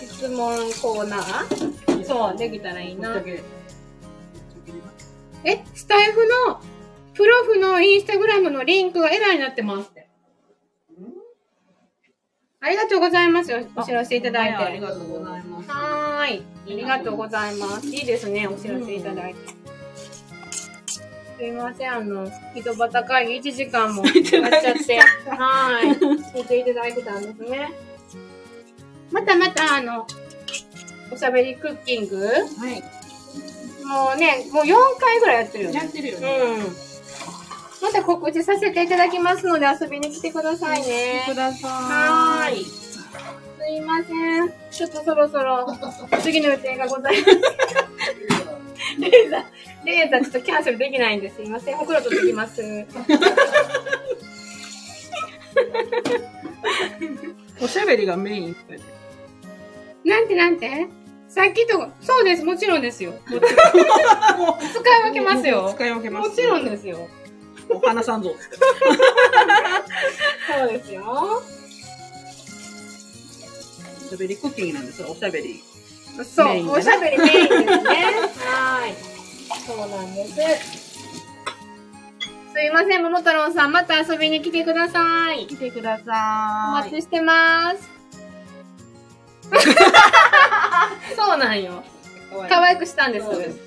S4: う。質問コーナーそう、できたらいい
S2: ぶっちゃ
S4: な。
S2: け。ぶっち
S4: え、スタイフの、プロフのインスタグラムのリンクがエラーになってますって。ありがとうございます。お知らせい
S2: ゃけ
S4: ただいて。
S2: ありがとうございます。
S4: はーい。ありがとうございます。いいですね、お知らせいただいて。すいません、あの、人端会議1時間もやっちゃって、はーい。聞いていただいてたんですね。またまた、あの、おしゃべりクッキング
S2: はい。
S4: もうね、もう4回ぐらいやってるよ
S2: やっ
S4: ね。
S2: てるよ
S4: うん
S2: ね。。
S4: また告知させていただきますので遊びに来てくださいね。
S2: ください。
S4: はーい。すいません。ちょっとそろそ [laughs] ろ次の予定がございます。レーザー、レーザーちょっとキャンセルできないんです。すいません。ほくろ取ってきます。
S2: おしゃべりがメインって。
S4: なんてなんてさっきと、そうです。 [laughs] もちろんですよ。使い分けますよ。
S2: 使い分けます。
S4: もちろんですよ。
S2: お花さんぞ。
S4: そうですよ。
S2: おしゃべりクッキングなんですよ。おしゃべり。
S4: そ
S2: メイン
S4: う、
S2: ね
S4: おしゃべりメインですね。はーい。そうなんです。すいません、桃太郎さん。また遊びに来てください。
S2: 来てくだ
S4: お
S2: さ
S4: 待ちしてます。そうなんよ。
S2: い
S4: [laughs] 可愛くしたんです。
S2: そうです。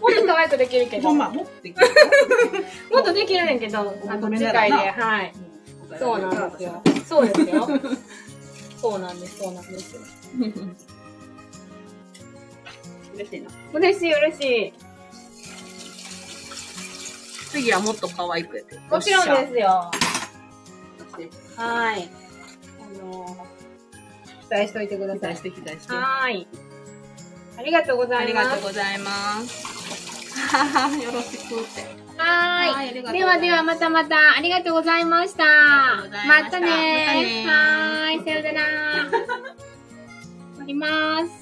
S4: もっと可
S1: バイトできるけど、
S2: ほん
S1: も
S2: ま、もって。
S1: っとできるねんけど、あ
S2: お
S1: の
S2: 米
S1: 次
S2: なら
S1: 回
S2: な
S1: で、はい。そうなんですよ。。そうですよ。そうなんです、そうなんですよ。
S2: 嬉しいな。
S1: 嬉しい、嬉しい。
S2: 次はもっと可愛くやって。
S1: もちろんですよ。
S2: す。
S1: はい。あのー、期待しておいてくだ
S2: 期
S1: さ
S2: 待
S1: い
S2: し。て期待して。
S1: はーい。ありがとうござ
S2: あ
S1: い
S2: り
S1: ます。
S2: がとうございます。よろしくって。
S1: はーい。
S2: はいありがとうご
S1: で
S2: ざいま
S1: は
S2: す
S1: ではまたまたありがとうございました。
S2: ありがとうございました
S1: またねー。
S2: またね [laughs]
S1: はーい。さようなら。終わります。